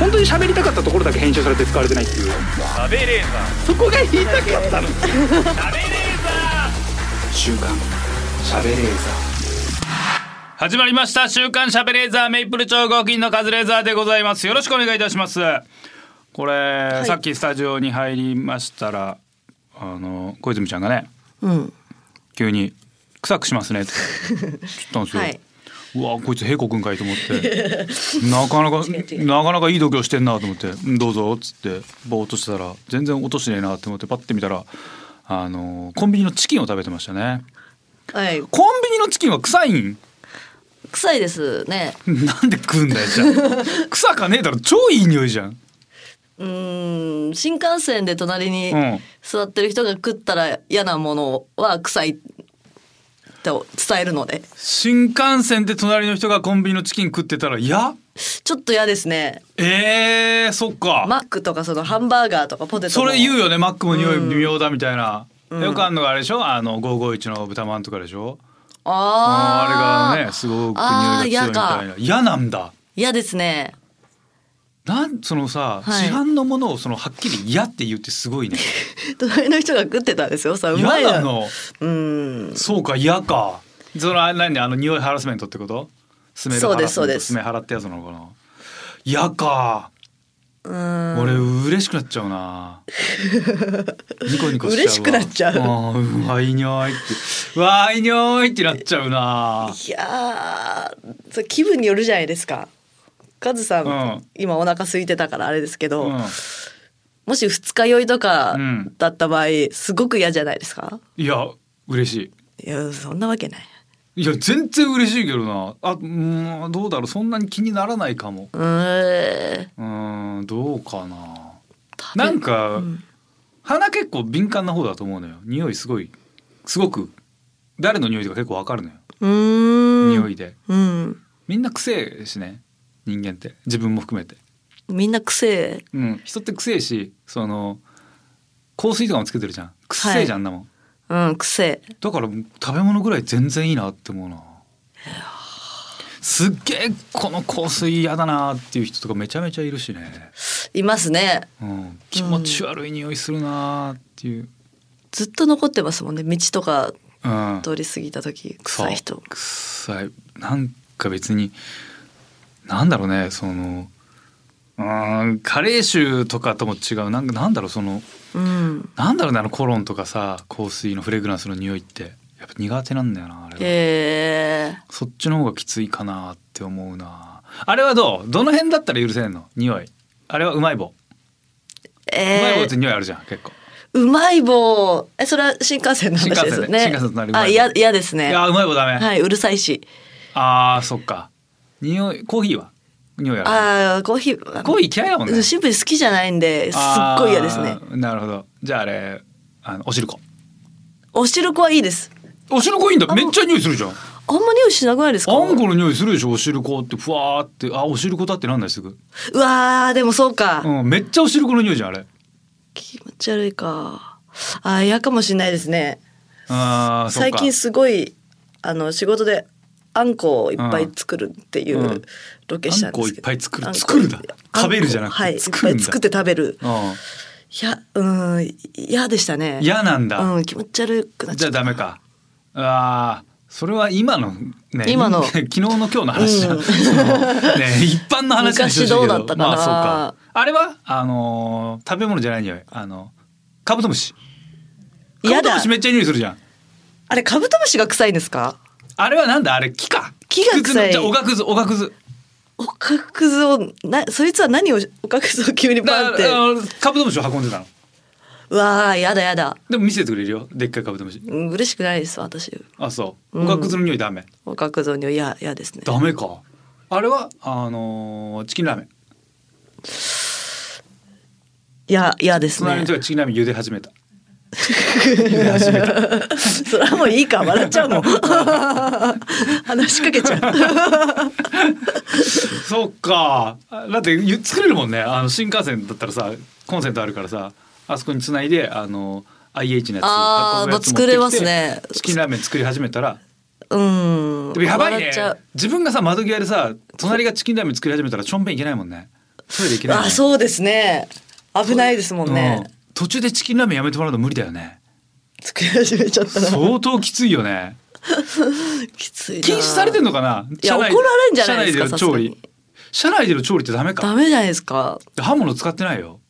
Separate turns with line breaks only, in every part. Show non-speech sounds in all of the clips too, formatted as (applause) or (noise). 本当に喋りたかったところだけ編集されて使われてないっていう
食べレーザ
そこが言いたかったの
ー食べレーザ
週刊喋れー
ー始まりました週刊しゃべレーザーメイプル超合金のカズレーザーでございますよろしくお願いいたしますこれ、
い
さっきスタジオに入りましたらあの小泉ちゃんがね
うん、
急に臭くし
(laughs)
ますねって言ったんですよ、
はい、
うわこいつ平子くんかいと思ってなか
(laughs)
なかなかなかいい度胸してんなと思ってうん「どうぞ」っつってぼーっとしてたら全然音しねえなと思ってパッて見たらあのコンビニのチキンを食べてましたね
はい、
コンビニのチキンは臭いん
臭いですね。
(laughs) なんで食うんだよじゃあ
(laughs)
臭かねえだろ超いい匂いじゃん
うーん、新幹線で隣に
うん
座ってる人が食ったら嫌なものは臭いと伝えるので、
新幹線で隣の人がコンビニのチキン食ってたらいや
ちょっと嫌ですね。
えー、そっか、
マックとかそのハンバーガーとかポテト
そ
も
れ言う
よ。
よねマックも匂い微妙だみたいな、よくあんのがあれでしょあの551の豚まんとかでしょああ
ああ、
れがねすごく匂
あー
いが強いみたい
嫌
な嫌なんだ
嫌ですね。
なんそのさ、
はい
市販のものをそのはっきり嫌って言うってすごいね
隣の人が食ってたんですよ。さ、うま
嫌
い
な。の
うん、
そうか嫌かそのあれ何あの匂いハラスメントってことスメルハラス
そう
メン
で
ト
す
ス
そう
メ
です
ハラってやつなのかな嫌か
うん。
俺嬉しくなっちゃう
(laughs)
なニコニコしちゃうわ
嬉しくなっちゃう
あーうわいい匂いってうわいい匂いってなっちゃうない
やー、そう気分によるじゃないですか。カズさん、
うん
今お腹空いてたからあれですけど。
うん
もし二日酔いとか
うん
だった場合、すごく嫌じゃないですか
いや嬉しい
いやそんなわけない
いや全然嬉しいけどなあうーんどうだろうそんなに気にならないかも
うーん
うーんどうかな
食べ
なんか、
ん
鼻結構敏感な方だと思うのよ匂いすごいすごく誰の匂いとか結構わかるのよ、
うーん
匂いで
うん
みんな癖しね人間って自分も含めて
みんな癖
うん人って癖しその香水とかもつけてるじゃん癖じゃん、あんなもん
うん癖
だから食べ物ぐらい全然いいなって思うなすっげえこの香水嫌だなっていう人とかめちゃめちゃいるしね、
いますね
うん、気持ち悪い匂いするなっていう、
ずっと残ってますもんね道とか
うん、
通り過ぎた時
そう
臭い人
臭いなんか別になんだろうねそのうんカレー臭とかとも違うなんかなんだろうその
うん
なんだろうねあのコロンとかさ香水のフレグランスの匂いってやっぱ苦手なんだよなあれは
えー、
そっちの方がきついかなって思うなあれはどうどの辺だったら許せんの匂いあれはうまい棒うまい棒
え
って
ー、
匂いあるじゃん結構
うまい棒えそれは新幹線の話ですよね
新幹線ね新幹線の隣うまい棒
あいや嫌です
い
ね
やうまい棒ダメ、
はいうるさいし
あーそっか匂いコーヒーは匂いある
あーコーヒー
コーヒー嫌いだもんね
シンプルに好きじゃないんですっごい嫌ですね
あーなるほどじゃああれあのおしるこ
お汁粉はいいです
おしるこいいんだめっちゃ匂いするじゃんあ
あんま匂いしなくないですか
んこの匂いするでしょおしるこってふわーってあおしるこだってなんないすぐ、
うわーでもそうか、
うん、めっちゃおしるこの匂いじゃんあれ
気持ち悪いかあー嫌かもしれないですね
あーそっ
最
か
近すごいあの仕事であんこをいっぱい作るってい
うん
うロケした
あん
んですけど、
こをいっぱい作る
あんこ
作るんだ
あんこ
食べるじゃなくて
はいいっ
作
ぱ
るんだ
い作って食べる
うん
いやうん嫌でしたね
嫌なんだ、
うん気持ち悪くなっち
じゃ
ゃっ
あ
た
ダメかあーそれは今のね
今の
(laughs) 昨日の今日の話 (laughs) じゃん、
うん
そのね一般の話にしてほしいけ
昔どうだったかな
まあ、そうかあれはあのー食べ物じゃない匂いあのカブトムシカブ
嫌
トム
だ
シめっちゃ匂いするじゃん
あれカブトムシが臭いんですか
あれはなんだあれ木か
木が臭い
じゃあおがくずおがくず
おかくずをなそいつは何をおかくずを急にバン
だ
っ
か
て
らあのカブトムシを運んでたの
うわーやだやだ
でも見せてくれるよでっかいカブトムシ
うん嬉しくないです私
あそう
う
お
ん
がくずの匂いダメ、
おかくぞに嫌嫌ですね
ダメかあれはあのーチキンラーメン
いや嫌です
隣の
ね
人がチキンラーメン茹で始めた
それはもういいか笑っちゃうもん話しかけちゃ
そっかだってゆ作れるもんねあの新幹線だったらさコンセントあるからさあそこにつないであの IH のやつ
あ
発酵の
ー
やつ持ってきて
作れますね
チキンラーメン作り始めたら (laughs)
ううん
でもやばい
笑
ね
っちゃう
自分がさ窓際でさ隣がチキンラーメン作り始めたらちょんべんいけないもんねそれでいけないよね
あ、そうですね。危ないですもんね
うん。途中でチキンラーメンやめてもらうの無理だよね
作り始めちゃったら
相当きついよね
きついな。
禁止されてんのかない
や
社内
怒られんじゃないですか
社内での調
さ
理
す
社内での調理ってダメか
ダメじゃないですか。
刃物使ってないよ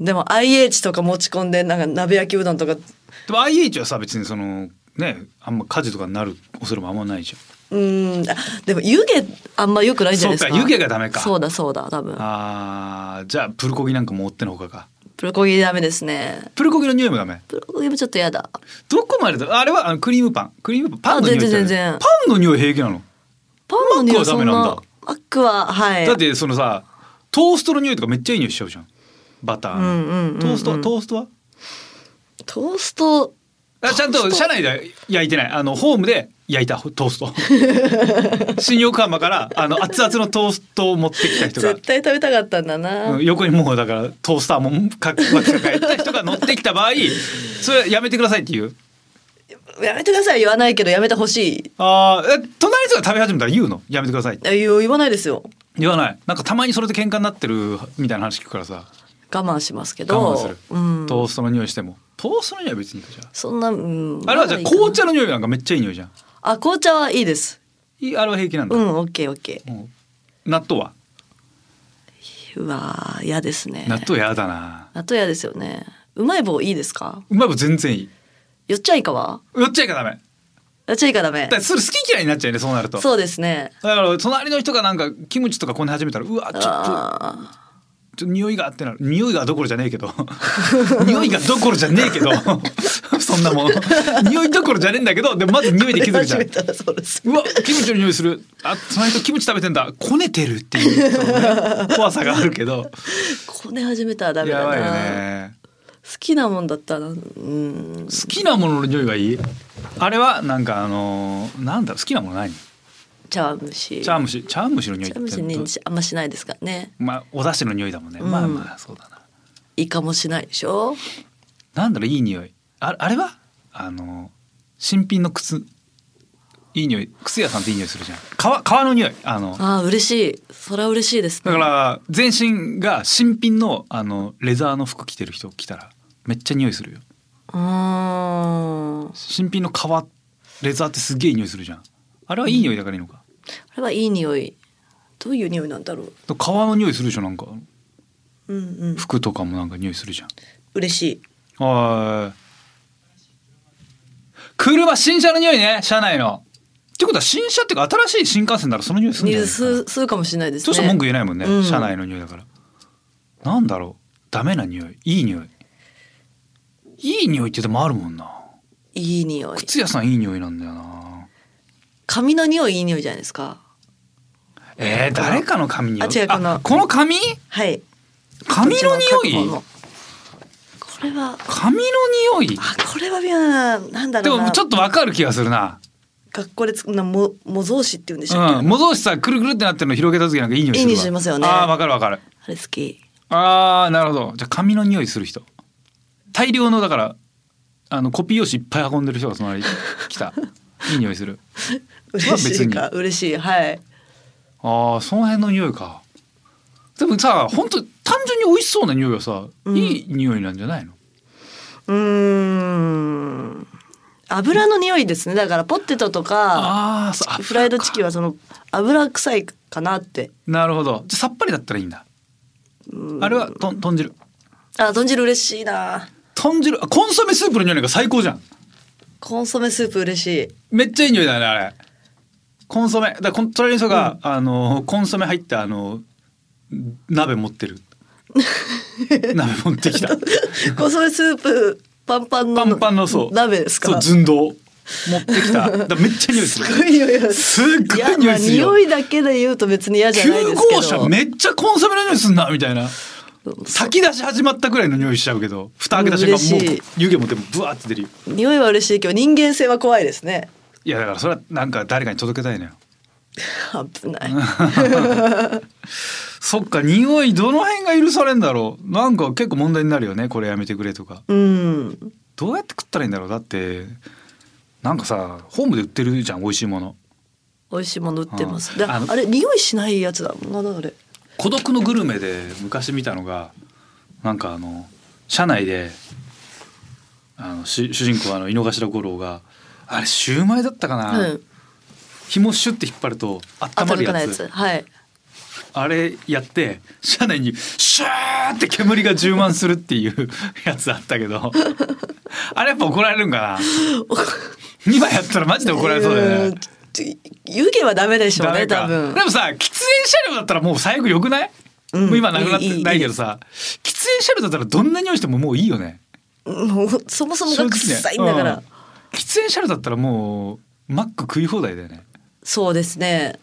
でも IH とか持ち込んでなんか鍋焼きうどんとか
でも IH はさ別にそのねあんま火事とかになる恐れもあんまないじ
うーんあでも湯気あんま良くないじゃないですか
そうか湯気がダメか
そうだそうだ多分
ゃんあーじゃあプルコギなんかも追ってのほかか
プルコギダメですね
プルコギの匂いもダメ
プルコギもちょっとやだ
どこまでだあれはあのクリームパンクリームパンパンの匂い
あ全
っ
然
て
全然
パンの匂い平気なの
パンの匂
マ
い
ックはダ
そ
メ
ん
なんだ
なマックははい
だってそのさトーストの匂いとかめっちゃいい匂いしちゃうじゃんバターの、
うんうんうんうん
トーストはトーストは
トースト
あちゃんと社内で焼いてないあのホームで焼いたトースト
(laughs)
新横浜からあの熱々のトーストを持ってきた人が
絶対食べたかったんだな、
うん横にもうだからトースターもかわき抱えた人が乗ってきた場合それやめてくださいっていう
やめてください言わないけどやめてほしい
あーえ隣の人が食べ始めたら言うのやめてくださいって
あ言う言わないですよ
言わないなんかたまにそれで喧嘩になってるみたいな話聞くからさ
我慢しますけど
我慢する、
うん、
トーストの匂いしてもトーストの匂いは別にいいかじゃあ
そんな、うん、
あれはじゃあ
まだいいかな
紅茶の匂いなんかめっちゃいい匂いじゃん
あ紅茶はいいです
いいあれは平気なんだ、
うんオッケーオッケ
うん納豆は
ーうわー嫌ですね
納豆やだな
納豆嫌ですよねうまい棒いいですか
うまい棒全然いい
よっちゃいかは
寄っちゃいかダメ
よっちゃいかダメ
だからそれ好き嫌いになっちゃうよねそうなると
そうですね
だから隣の人がなんかキムチとかこんな始めたらうわちょっと
あ
ちょっと匂いがってなる匂いがどころじゃねえけど匂いがどころじゃねえけど (laughs) そんなもん匂いどころじゃねえんだけどでもまず匂いで
(laughs)
気づくじゃん
始めたらそうです
うわキムチの匂いするあその人キムチ食べてんだこねてるっていうそのね怖さがあるけ
(laughs)
ど
こね始めたらダメ
や
だ
ばいよ
な、
ね
好きなもんだったらうん
好きなものの匂いがいいあれはなんかあのーなんだろう好きなもの何
茶碗蒸し
茶碗蒸し茶碗蒸しの匂い
茶
って
碗蒸しにあんましないですからね
まあお出汁の匂いだもんね、
うん
まあまあそうだな
イカもしないでしょ
なんだろういい匂いああれはあの新品の靴いい匂い靴屋さんっていい匂いするじゃん革革の匂いあの
ああ嬉しいそれは嬉しいですね
だから全身が新品のあのレザーの服着てる人着たらめっちゃ匂いするよ
うーんあ
新品の革レザーってすげえ匂いするじゃんあれはいい匂いだからいいのか、
れはいい匂いどういう匂いなんだろう
革の匂いするでしょなんか
うんうん
服とかもなんか匂いするじゃん
嬉しい
はい車新車の匂いね車内のってことは新車っていうか新しい新幹線ならその匂いするんじゃない
水
ですかな
吸う吸うかもしれないですね
そうしたら文句言えないもんね、
うん
車内の匂いだからなんだろうダメな匂いいい匂いいい匂いってでもあるもんない
い匂い
靴屋さんいい匂いなんだよな
髪の匂いいい匂いじゃないですか
えー、誰かの髪による
あ違うこの
この髪
はい
髪の
こっち
匂い
の各方のこれは
髪の匂い
あこれは微妙だななんだ
で
ろうな
もちょっとわかる気がするな
学校で作るのも模造紙って言うんでしょ、
うん、模造紙さくるくるってなってるの広げた時なんかいい匂いするわ
いい匂いしますよね
ああわかるわかる
あれ好き
ああなるほどじゃあ紙の匂いする人大量のだからあのコピー用紙いっぱい運んでる人がそのり来
(laughs)
たいい匂いする
嬉しいか
別
嬉しいはい
ああその辺の匂いかでもさ本当単純に美味しそうな匂いはさ、
うん
いい匂いなんじゃないの
うーん油の匂いですねだからポテトとか
ああそうあ
フライドチキンはその油臭いかなって
なるほどじゃあさっぱりだったらいいんだあれはとん豚汁
あ豚汁嬉しいな
豚汁あコンソメスープの匂いなんか最高じゃん
コンソメスープ嬉しい
(laughs) めっちゃいい匂いだねあれコンソメだからこん隣の人が、あのコンソメ入ったあの鍋持って
(laughs)
る鍋持ってきた
コンソメスープパンパン
パ
の
ンパンのそう
鍋です
そう
か
寸胴持ってきただからめっちゃ匂いす
す
る
(laughs) ごい匂いが
すっごい
や
匂いするよ
まあ、匂いだけで言うと別に嫌じゃない
9
ですけ
号
ど
車めっちゃコンソメの匂いすんなみたいな
さ
炊き出し始まったくらいの匂いしちゃうけど蓋開けた瞬間
うん
もう
嬉し
湯気もでもブワーって出るよ
匂いは嬉しいけど人間性は怖いですね
いやだからそれはなんか誰かに届けたいのよ (laughs)
危ない
そっか匂いどの辺が許されんだろうなんか結構問題になるよねこれやめてくれとか
うん
どうやって食ったらいいんだろうだってなんかさホームで売ってるじゃん美味しいもの
美味しいもの売ってます
うん
で
あの
あれ匂いしないやつだもんなあれ
孤独のグルメで昔見たのがなんかあの社内であのし主人公はあの井の頭五郎があれシューマイだったかな、
うん、
紐シュッて引っ張ると温まる
明るく
や
ないや
つ
つはい
あれやって車内にシューって煙が充満するっていうやつあったけどあれやっぱ怒られるん
(laughs)
かな今やったらマジで怒られそうだよ
う
ね
んち湯気はダメでしょうね多
ダメか
分
でもさ喫煙車両だったらもう最悪よくない、
うん
もう今なくなっ
いいい
て
い
ないけどさ喫煙車両だったらどんなにおいしてももういいよね
もうそもそもが臭いんだから、
うん喫煙車両だったらもうマック食い放題だよね
そうですね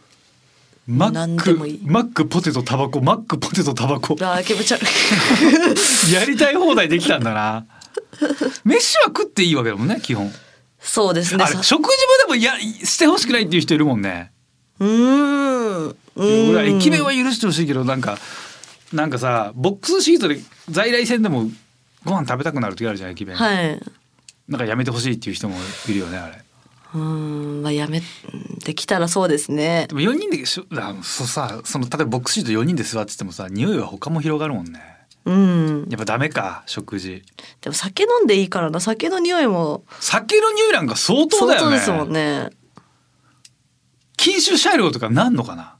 マ
何
ッ
で
ク
もいい
マックポテトタバコマックポテトタバコ
あー気
(laughs)
持ち悪い
やりたい放題できたんだな。飯は食っていいわけだもんね、基本。
そうですね
あれ、
さ
食事もでもや、してほしくないっていう人いるもんね。
うーんうーん
俺は駅弁は許してほしいけど、なんか、なんかさ、ボックスシートで在来線でもご飯食べたくなる時あるじゃん、駅弁。
はいう
なんかやめてほしいっていう人もいるよね、あれ。
ーんまあやめできたらそうですね
でも4人でしょ、あそうさ、その、例えばボックスシート4人で座っててもさ、匂いは他も広がるもんね。
うん
やっぱダメか、食事。
でも酒飲んでいいからな酒の匂いも
酒の匂いなんか相当だよね。
ですもんね
禁酒車両とかなんのかな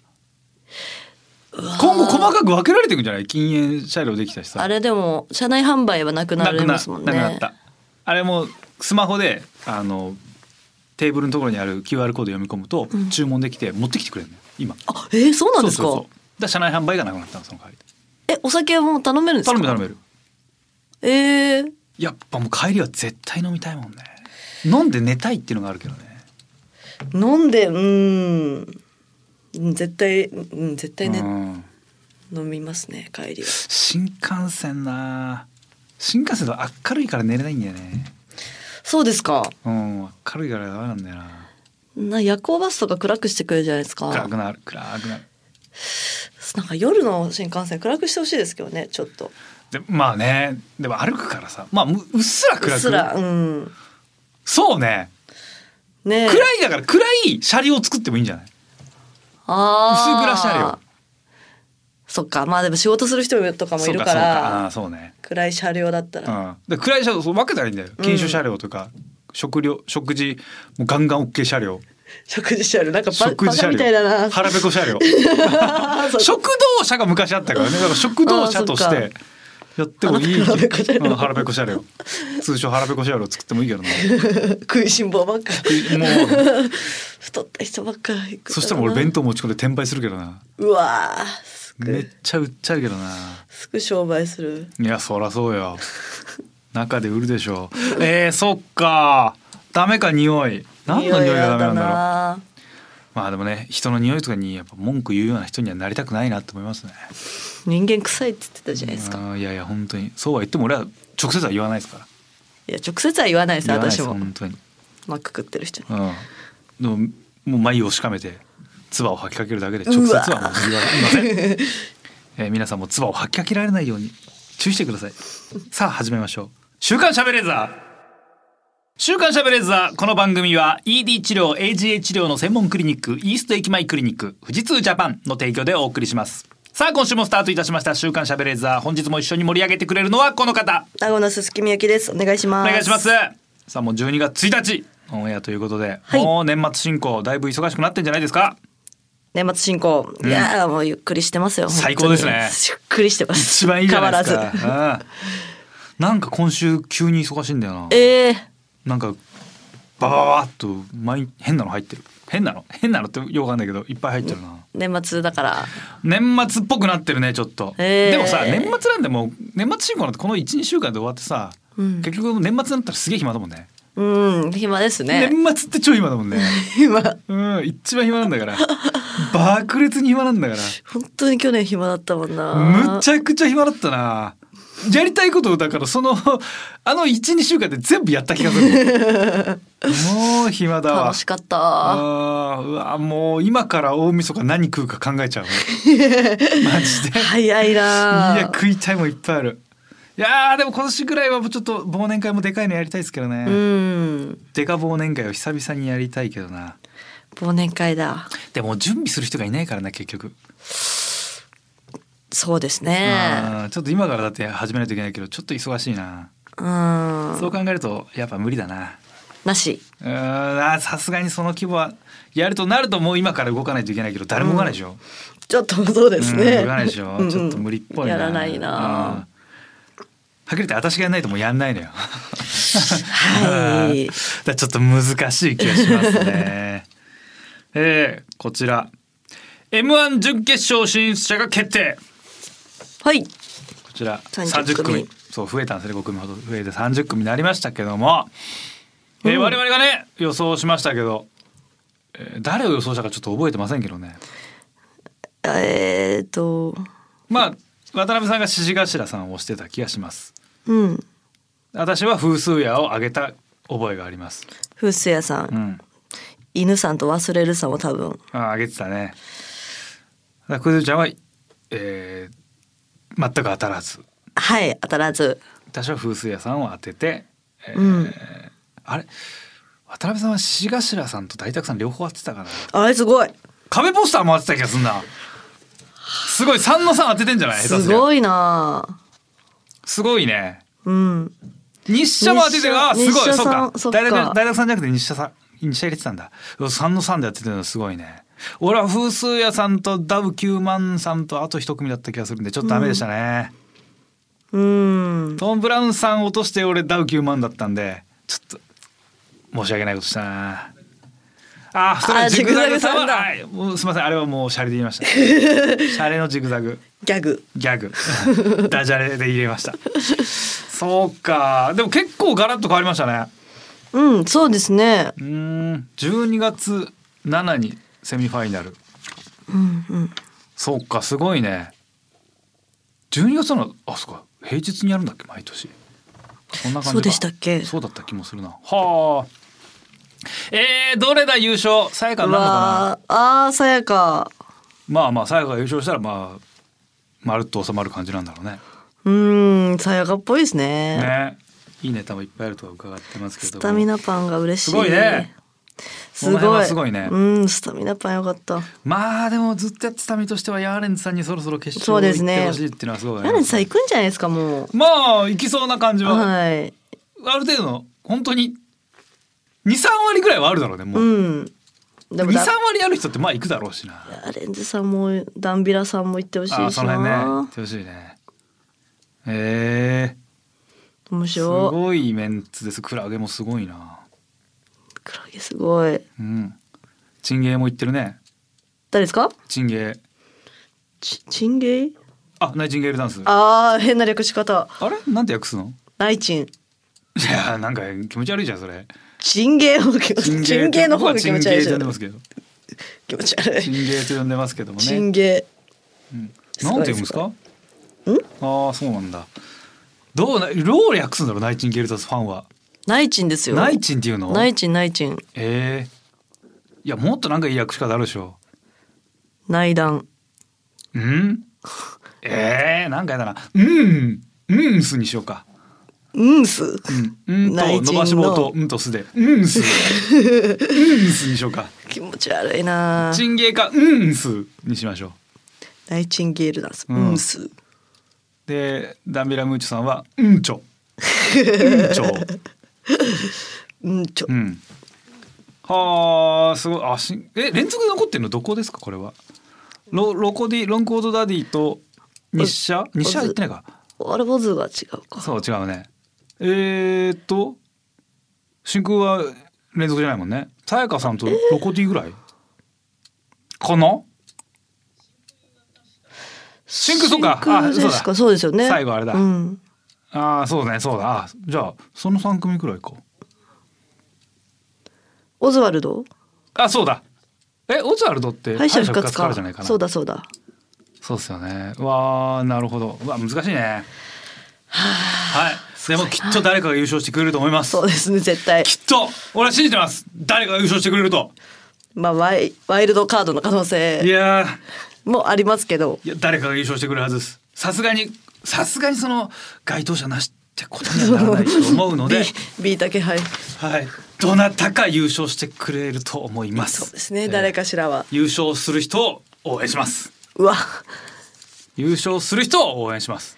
今後細かく分けられていくんじゃない禁煙車両できたしさ
あれでも車内販売はなくなりますもんね
なくななくなったあれもスマホであのテーブルのところにある QR コード読み込むと
うん
注文できて持ってきてくれるのよ今
あえー、そうなんですか
そうそうそうだから車内販売がなくなったのその代わり
えお酒はもう頼めるんですか
頼む頼める
えー、
やっぱもう帰りは絶対飲みたいもんね飲んで寝たいっていうのがあるけどね
飲んでうーんうん絶対うん絶対ね、
うん
飲みますね帰りは
新幹線な新幹線は明るいから寝れないんだよね
そうですか
うん明るいからダメなんだよな
な夜行バスとか暗くしてくれるじゃないですか
暗くなる暗くなる
なんか夜の新幹線暗くしてほしいですけどねちょっと
でまあねでも歩くからさまあむうっすら
うっ
暗く
すらうん
そうね、
ねえ
暗いだから暗い車両を作ってもいいんじゃない
あー
薄暗車両
そっかまあでも仕事する人とかもいるから
そうそうかあーそうね、
暗い車両だった
う
ら、
ん、で暗い車両そう分けたらいいんだよ禁酒車両とか、食料食事もうガンガン OK 車両
食事車両なんかバ
食
バ
事車
カ
両
みたいだな
腹ペコ車
(laughs)
両
そう
食堂車が昔あったからねだから食堂車とし
あーそって
やってもいい
腹ペコ車両
うん腹ペコ車両通称腹ペコ車両作ってもいいけど
(laughs)
な
食いしん坊ばっか
もう
太った人ばっか行く
そしたら俺弁
当
当持ち込んで転売するけどな
うわーすぐ、
めっちゃ売っちゃうけどな
すぐ商売する
いやそらそうよ中で売るでしょうえー、そっかダメか匂い何の匂いがダメなんだろう
ろ
まあでもね人の匂いとかにやっぱ文句言うような人にはなりたくないなって思いますね
う人間臭いって言ってたじゃないですか
あーいやいや本当にそうは言っても俺は直接は言わないですから
いや直接は言わないです
言わないです
私も
本当に
マック食ってる人に
うんでももう眉をしかめて唾を吐きかけるだけで直接はもう言われません、
(laughs)
えー皆さんも唾を吐きかけられないように注意してくださいさあ始めましょう「週刊しゃべれーザー」週刊しゃべれーザーこの番組は ED 治療 AGA 治療の専門クリニックイースト駅前クリニック富士通ジャパンの提供でお送りしますさあ今週もスタートいたしました週刊しゃべれーザー本日も一緒に盛り上げてくれるのはこの方
名護のすすきみゆきですお願いし
お
ます
願いします。さあもう12月1日オンエアということで、
はい
もう年末進行だいぶ忙しくなってんじゃないです
(laughs)
か。
年末進行、いやーもうゆっくりしてますよ本当に
最高ですね
ゆっくりしてます
一番いいじゃないです
変わ
か。
らず
うんなんか今週急に忙しいんだよな。
えー、
なんかババババッと毎変なの入ってる。変なの変なのってよくわかんないけどいっぱい入ってるな。
年末だから
年末っぽくなってるねちょっと。
えー
でもさ年末なんでもう年末進行なんてこの1,2週間で終わってさ、
うん
結局年末になったらすげえ暇だもんね。
うん暇ですね
年末って超暇だもんね。
今
うん、一番暇なんだから。爆裂に暇なんだか
本当に去年暇だったもんな
ら。むち
ゃ
ゃくちゃ暇だったな。やりたいことをだからそのあの12週間で全部やった気がするもう暇だわ
楽しかった
あーうわもう今から大晦日何食うか考え
(laughs)
ちゃうマジでい
早いな
や食いたいもんいっぱいあるいやーでも今年ぐらいはもうちょっと忘年会もでかいのやりたいですけどね、
うん
でか忘年会を久々にやりたいけどな
忘年会だ
でも準備する人がいないからな結局
そうですね。
あーちょっと今からだって始めないといけないけどちょっと忙しいな、
うん。
そう考えるとやっぱ無理だな
なし。
うーんあーさすがにその規模はやるとなるともう今から動かないといけないけど誰も動かないでしょ、
ちょっとそうですね。
うん動かないでしょ、
うん
ちょっと無理っぽいな
やらない
うん
な。
はっきり言って私がやんないともうやんないのよ
は
だ
い。
からちょっと難しい気がしますねえー、こちら M1 準決勝進出者が決定
はい。
こちら
30
30組
組
そう増えたんですね5組ほど増えて30組になりましたけども、えー
うん
我々がね予想しましたけど、えー誰を予想したかちょっと覚えてませんけどね
えーっと、
まあ渡辺さんが獅子頭さんを推してた気がします
うん。
私は風数屋を挙げた覚えがあります
風水屋さん、
うん
犬さんと忘れるさんも多分。
あ挙げてたねだからくずちゃんは、えー全く当たらず
はい、当たらず。
私は風水屋さんを当てて、えー
うん
あれ渡辺さんは獅子頭さんと大沢さん両方当てたから
あれすごい。
壁ポスターも当てた気がすんなすごい3の3当ててんじゃない下手
す
りゃ
ごいな。
すごいね
うん。
日射も当ててるあす
日射
ごい
日射
そう
さ
か
んそっか
大学大学さんじゃなくて日射さん日射入れてたんだ3の3でやってたのすごいね俺は風数屋さんとダブ9万さんとあと一組だった気がするんでちょっとダメでしたね、
うん。
トム・ブラウンさん落として俺ダウ9万だったんでちょっと申し訳ないことしたなあーそれ
あー
ジグザグさん
ジグザグさんだ
ははいもうすみませんあれはもうシャレで言いま
(laughs)
したシャレのジグザグ
ギャグ。
ギャグ (laughs) ダジャレで入れましたそうかでも結構ガラッと変わりましたね
うん、そうですね。
うーん12月7にセミファイナル
うんうん。
そうかすごいね12月のあそうか平日にやるんだっけ毎年そんな感じか
そうでしたっけ
そうだった気もするなはあえー、どれだ優勝さやか
う
になるのか
わーあー、さやか。
なまあまあさやかが優勝したらまあまるっと収まる感じなんだろうね
うん、さやかっぽいですね。
ねいいネタもいっぱいあるとは伺ってますけど
スタミナパンが嬉しい。
すごいね
すごい。
この辺はすごいね
うん、スタミナパンよかった。
まあでもずっとやってた身としてはヤーレンズさんにそろそろ決
そう
勝
で
に行っ
すね
てほしいっていうのはすごいあり
ヤ
ま
ネ
す
さん
ね
行くんじゃないですか、もう。
まあ行きそうな感じは、
はい。
ある程度の本当に23割ぐらいはあるだろうねもう、
うん。で
23
もだ、
割ある人ってまあ行くだろうしな
アレンズさんもダンビラさんも行ってほしいし
あ
な。
ーその辺ね行ってほしいねえ
面
ー、す
白い。
ごいメンツですクラゲもすごいな
クラゲすごい。
うんチンゲーも行ってるね
誰ですか？
チンゲー
チチンゲイ？
あナイチンゲールダンスあ
ああ変な略し方。
れなんて訳すの
ナイチ
い
ン。
やーなんか気持ち悪いじゃんそれ
チンゲイの方がチンゲイの方が気持ち悪いじゃ
僕はチンゲーと呼んで
ん
ま。すけど
気持ち悪
チ
い。
ンゲーと呼んでますけどもね
チンゲ
うん
す
なん
ごい
て読むんですか
すごいん
ああそうなんだどうなロー略すんだろうナイチンゲールダンスファンは
イ。ナイチンですよ。
ナイチンっていうの
ナイチンナイチン。
えーいやもっとなんかいい訳し方あるでしょ
内談。
(laughs) うんえー、なんかやだなうんうんすにしようか
うんす。
うんうん
内
と伸
陣の
ばし棒とうんとすでうんす (laughs) うんすにしようか
気持ち悪いな。
チンゲーかうんすにしましょう
ナイチンゲールダンス。
う
うんんす。
でダンビラムーチョさんはうんちょうん
(laughs)
ちょ
うんちょ
う。んはあすごいあしえ連続で残ってるのどこですかこれはロロコディロングコードダディと日射
オズ
日射は行ってないか
あれボズが違うか。
そう違うねえー、っと真空は連続じゃないもんねさやかさんとロコディぐらいかな真空とか
真空
あ
ですか。そうですよね。
最後あれだ
うん。
ああそうねそうだあじゃあその3組くらいか
オズワルド。
あそうだえオズワルドって
敗者復活
か
か。
らじゃないかな
そうだそうだ。
そうですよね。わあ、なるほど。うわ、難しいね。はい。でもきっと誰かが優勝してくれると思います。
そうですね絶対。
きっと、俺は信じてます。誰かが優勝してくれると。
まあワイワイルドカードの可能
い
性
やー
もありますけど。
いや、誰かが優勝してくれるはずです。さすがに、さすがにその該当者なしってことにはならないと思うの
(laughs)
で。
B, B だけはい。
はい。どなたか優勝してくれると思います。
そうですね、誰かしらは。
優勝する人を応援します。
うわ
優勝する人を応援します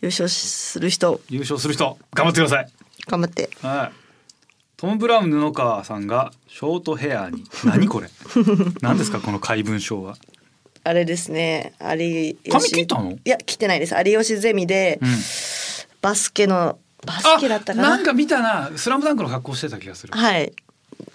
優勝する人
優勝する人頑張ってください
頑張って
はい。トム・ブラウン布川さんがショートヘアに何
(laughs)
これ何ですかこの怪文書は
あれですね有吉
髪切ったの
いや切ってないです有吉ゼミで、
ん
バスケのバス
あ
ケだったかな
なんか見たなスラムダンクの格好してた気がするあ
はい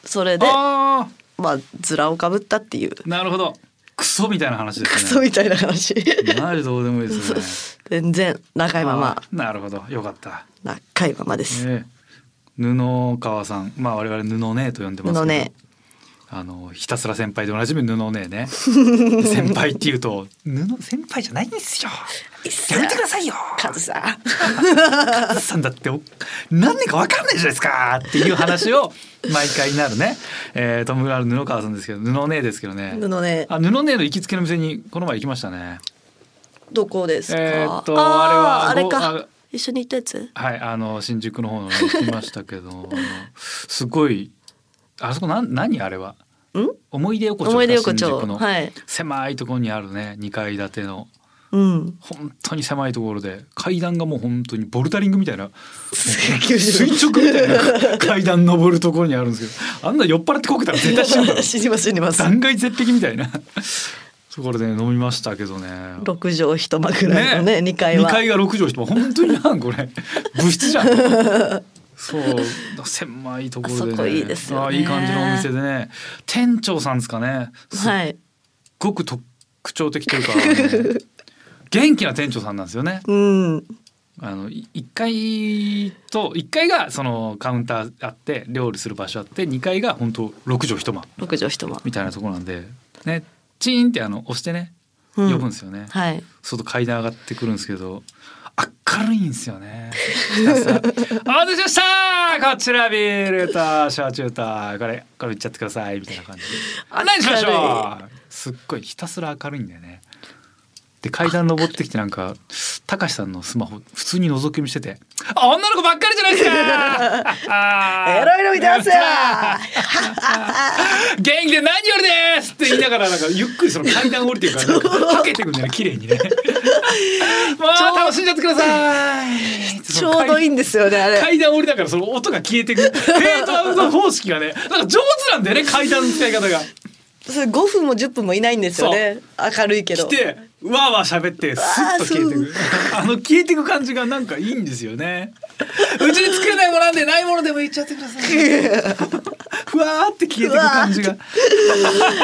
それで
あ
まあズラをかぶったっていう
ーなるほどクソみたいな話で
ク
す
ソ
ね
みたいな話
マジどうでもいいですね
全然仲いいまま
あーなるほどよかった、
仲いいままです、
ええ布川さんまあ我々布姉と呼んでますけど
布姉
あのひたすら先輩でおなじみ布姉
(laughs)
ね先輩っていうと布先輩じゃないんですよやめてくださいよ
カズさ
カズさんだってお何年か分かんないじゃないですかっていう話を毎回になるね、 (laughs) えー、トム・ブラウン布川さんですけど布姉ですけどね
ん布ね
あ布姉の行きつけの店にこの前行きましたね
どこですか、
えーっと
あー
あれはご
あれ
あ
か一緒に行ったやつ
はいあの新宿の方の行きましたけどあの (laughs) すごいあそこなん何あれは
ん
思い出横丁か
思い出横
新
丁
宿の、
はい
狭いところにあるね2階建ての (laughs)
うん
本当に狭いところで階段がもう本当にボルダリングみたいな垂
(laughs) 垂
直みたいな (laughs) 階段登るところにあるんですけどあんな酔っ払ってこけたら絶対死ぬ
(laughs)
だろ
死にます死にます
断崖絶壁みたいなところで飲みましたけどね
六畳一間ぐらいのね二階
2
は
階が6畳しても本当になんこ
(laughs)
れ物質じゃんそう狭いところで、ね、
あそこいいですよね
あいい感じのお店でね店長さんですかねすっ
はい
ごく特徴的という
(laughs)
か、あの元気な店長さんなんですよね
うん
あのい1階と1階がそのカウンターあって料理する場所あって2階が本当6畳一間
六畳一間
みたいなところなんでねチーンってあの押してね呼
うん
ぶんですよね、
はい
外階段上がってくるんですけど明るいんですよねひたす
(laughs)
らお待たせしましたこちらビールと焼酎とこれこれいっちゃってくださいみたいな感じで
明るい
何しましょうすっごいひたすら明るいんだよねで階段登ってきてなんかたかしさんのスマホ普通に覗き見してて「あ女の子ばっかりじゃないですか
(laughs) エロいの見
(laughs)
てますよ
元気で何よりです!」って言いながらなんかゆっくりその階段降りていくからなんかはけていくんだよね綺麗
(laughs)
にねまあ楽しんじゃってください
(laughs) ちょうどいいんですよねあれ
階段降りだからその音が消えてくフェードアウト方式がねなんか上手なんだよね階段の使い方が。
それ5分も10分もいないんですよね明るいけど
来てわーわー喋ってスッと消えてくあの消えてく感じがなんかいいんですよねうちに作れないものなんでないものでも言っちゃってくださいふわーって消えてく感じが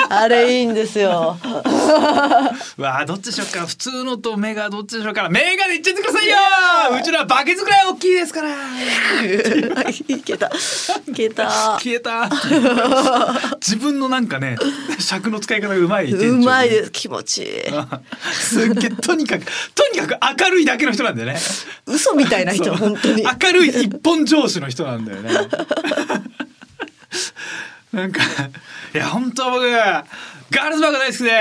あれいいんですよ
わあどっちでしょうか普通のとメガどっちでしょうかメガでいっちゃってくださいようちらバケツくらい大きいですから
いけたいけた
消えた自分のなんかね尺の使い方がうまい店長
うまいです気持ちいい
すっげえとにかくとにかく明るいだけの人なんだよね
嘘みたいな人 (laughs) 本当に
明るい一本上司の人なんだよね (laughs) なんかいや本当は僕ガールズバーが大好きで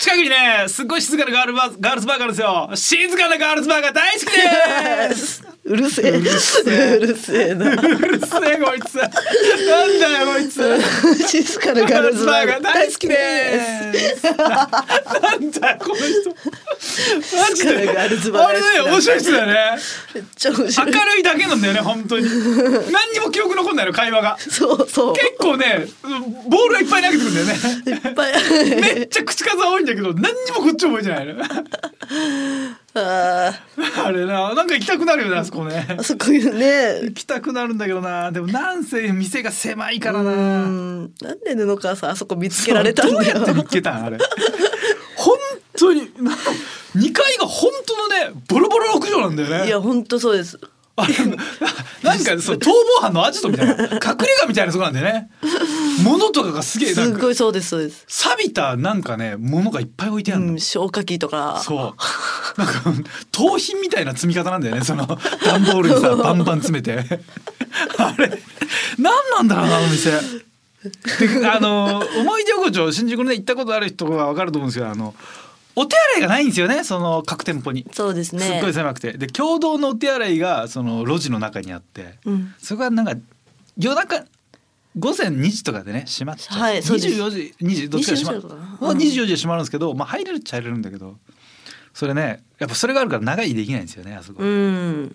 近くにねすっごい静かなガールバーガールズバーがあるんですよ静かなガールズバーが大好きです
うるせえうるせえな
(laughs) うるせえこいつなんだよこいつ
静かな
ガ
ガ
ー
ー
ル
ル
ズ
ズ
バ
バ
ー
ー
が
が
大
大
好
好
き
き
で
です
す。 (laughs) なんだよこの人。マジで。
力があるズバ
あ
ー
れ
です
ね面白い人だよね。
めっちゃ面
明
白い
るいだけなんだよね本当に。何にも記憶残んないの会話が。
そうそう
結構ねボールがいっぱい投げてくるんだよね。
いっぱい
めっちゃ口数多いんだけど何にもこっち覚えてないの。
(laughs) あ
あれななんか行きたくなるよねあそこね
ー。あそこいうね
行きたくなるんだけどなでもなんせ店が狭いから
う
な。
んなんで布川さんあそこ見つけられたんだよ
どうやって見つけたんあれ本当にな2階が本当のねボロボロ屋上なんだよね
いや本当そうです
あれななんかその逃亡犯のアジトみたいな隠れ家みたいなとこなんだよね物とかがすげえな
す
ん
っ
か
ごいそうですそうです
錆びたなんかね物がいっぱい置いてある
う
の、
ん消火器とか
そうなんか盗品みたいな積み方なんだよねその段ボールに
(laughs)
さバンバン詰めてあれ何なんだろうなあの店であの思い出横丁新宿のね行ったことある人は分かると思うんですけどあのお手洗いがないんですよねその各店舗に。
そうですね
すっごい狭くてで共同のお手洗いがその路地の中にあって、
うん
そこはなんか夜中午前2時とかでね閉まっちゃう、
はいそうです
24時2時どっちか閉ま
24時
る
とかな
まあ24時は閉まるんですけど、まあ、入れるっちゃ入れるんだけどそれねやっぱそれがあるから長いできないんですよねあそこ、
うん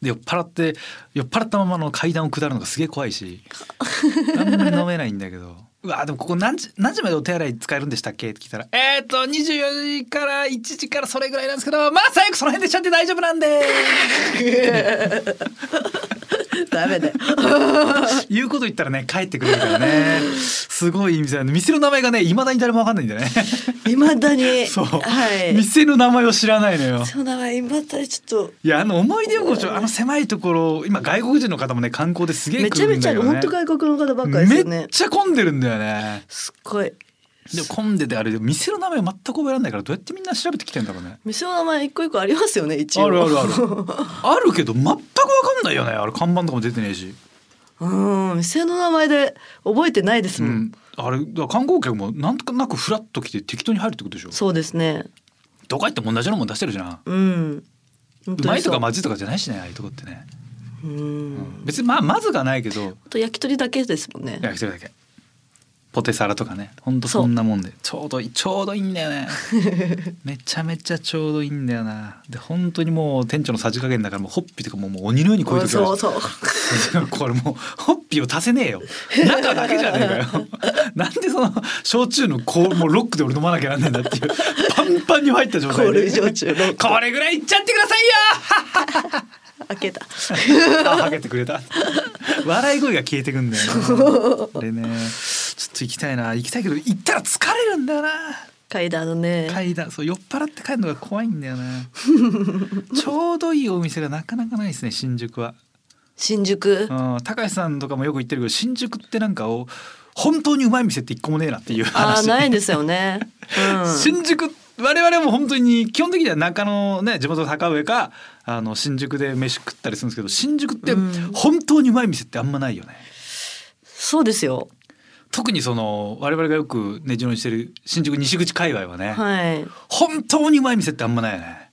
で酔っ払って酔っ払ったままの階段を下るのがすげえ怖い
(laughs)
しあんまり飲めないんだけどうわでもここ何時何時までお手洗い使えるんでしたっけって聞いたら「えー、っと24時から1時からそれぐらいなんですけどまあ最悪その辺でしちゃって大丈夫なんで」
ダメ
(laughs)
だよ
言うこと言ったらね帰ってくれるから
(laughs)
ねすごいいい店なんで店の名前がねいまだに誰もわかんないんだよね
未だに
そう、
はい
店の名前を知らないのよ
そうだわ未だにちょっと
いやあの思い出横丁あの狭いところ今外国人の方もね観光ですげえ
めち
来
ゃ
る
め
ん
ち
だ
ゃ
よね
本当外国の方ばっかりですよ
め
ね
っちゃ混んでるんだよね
すっごい
でも混んでてあれでも店の名前全く覚えられないからどうやってみんな調べてきてんだろうね
店の名前一個一個ありますよね一応
あるあるあるあるけど全く分かんないよねあれ看板とかも出てねえし、
(laughs) うん店の名前で覚えてないです
う
もん、
ん、あれだから観光客もなんとなくフラッと来て適当に入るってことでしょ
そうですね
どこ行っても同じようなもん出してるじゃん
うん本
う
当
まい
に
と
そう
かまずいとかじゃないしねああいうとこってね
うん
別にまあまずがないけど
あと焼き鳥だけですもんね
焼き鳥だけポテサラとかねほんとそんなもんでちょうどいいちょうどいいんだよ
(laughs)
ねめちゃめちゃちょうどいいんだよなで本当にもう店長のさじ加減だからもうほっぴとかもうもう鬼のように超えてくる
そうそう
(laughs)
(laughs)
これもうホッピーを足せねえよ中だけじゃねえかよ
(laughs)
なんでその焼酎のこうもうロックで俺飲まなきゃなんねえんだっていうパンパンに入った状態
高
で
類焼酎の
これぐらいいっちゃってくださいよ
開けた
あはげてくれた。笑い声が消えてくんだよな。でね、ちょっと行きたいな。行きたいけど行ったら疲れるんだよな。
階段のね
階段、そう酔っ払って帰るのが怖いんだよな。ちょうどいいお店がなかなかないですね。新宿は。
新
う
宿
ん、高橋さんとかもよく言ってるけど、新宿ってなんかを本当にうまい店って一個もねえなっていう
あ
話。
ーないですよね、うん、
(laughs) 新宿我々も本当に基本的には中野ね地元の高上かあの新宿で飯食ったりするんですけど新宿って
うん
本当にうまい店ってあんまないよね。
そうですよ
特にその我々がよく根城にしてる新宿西口界隈はね、
はい
本当にうまい店ってあんまないよね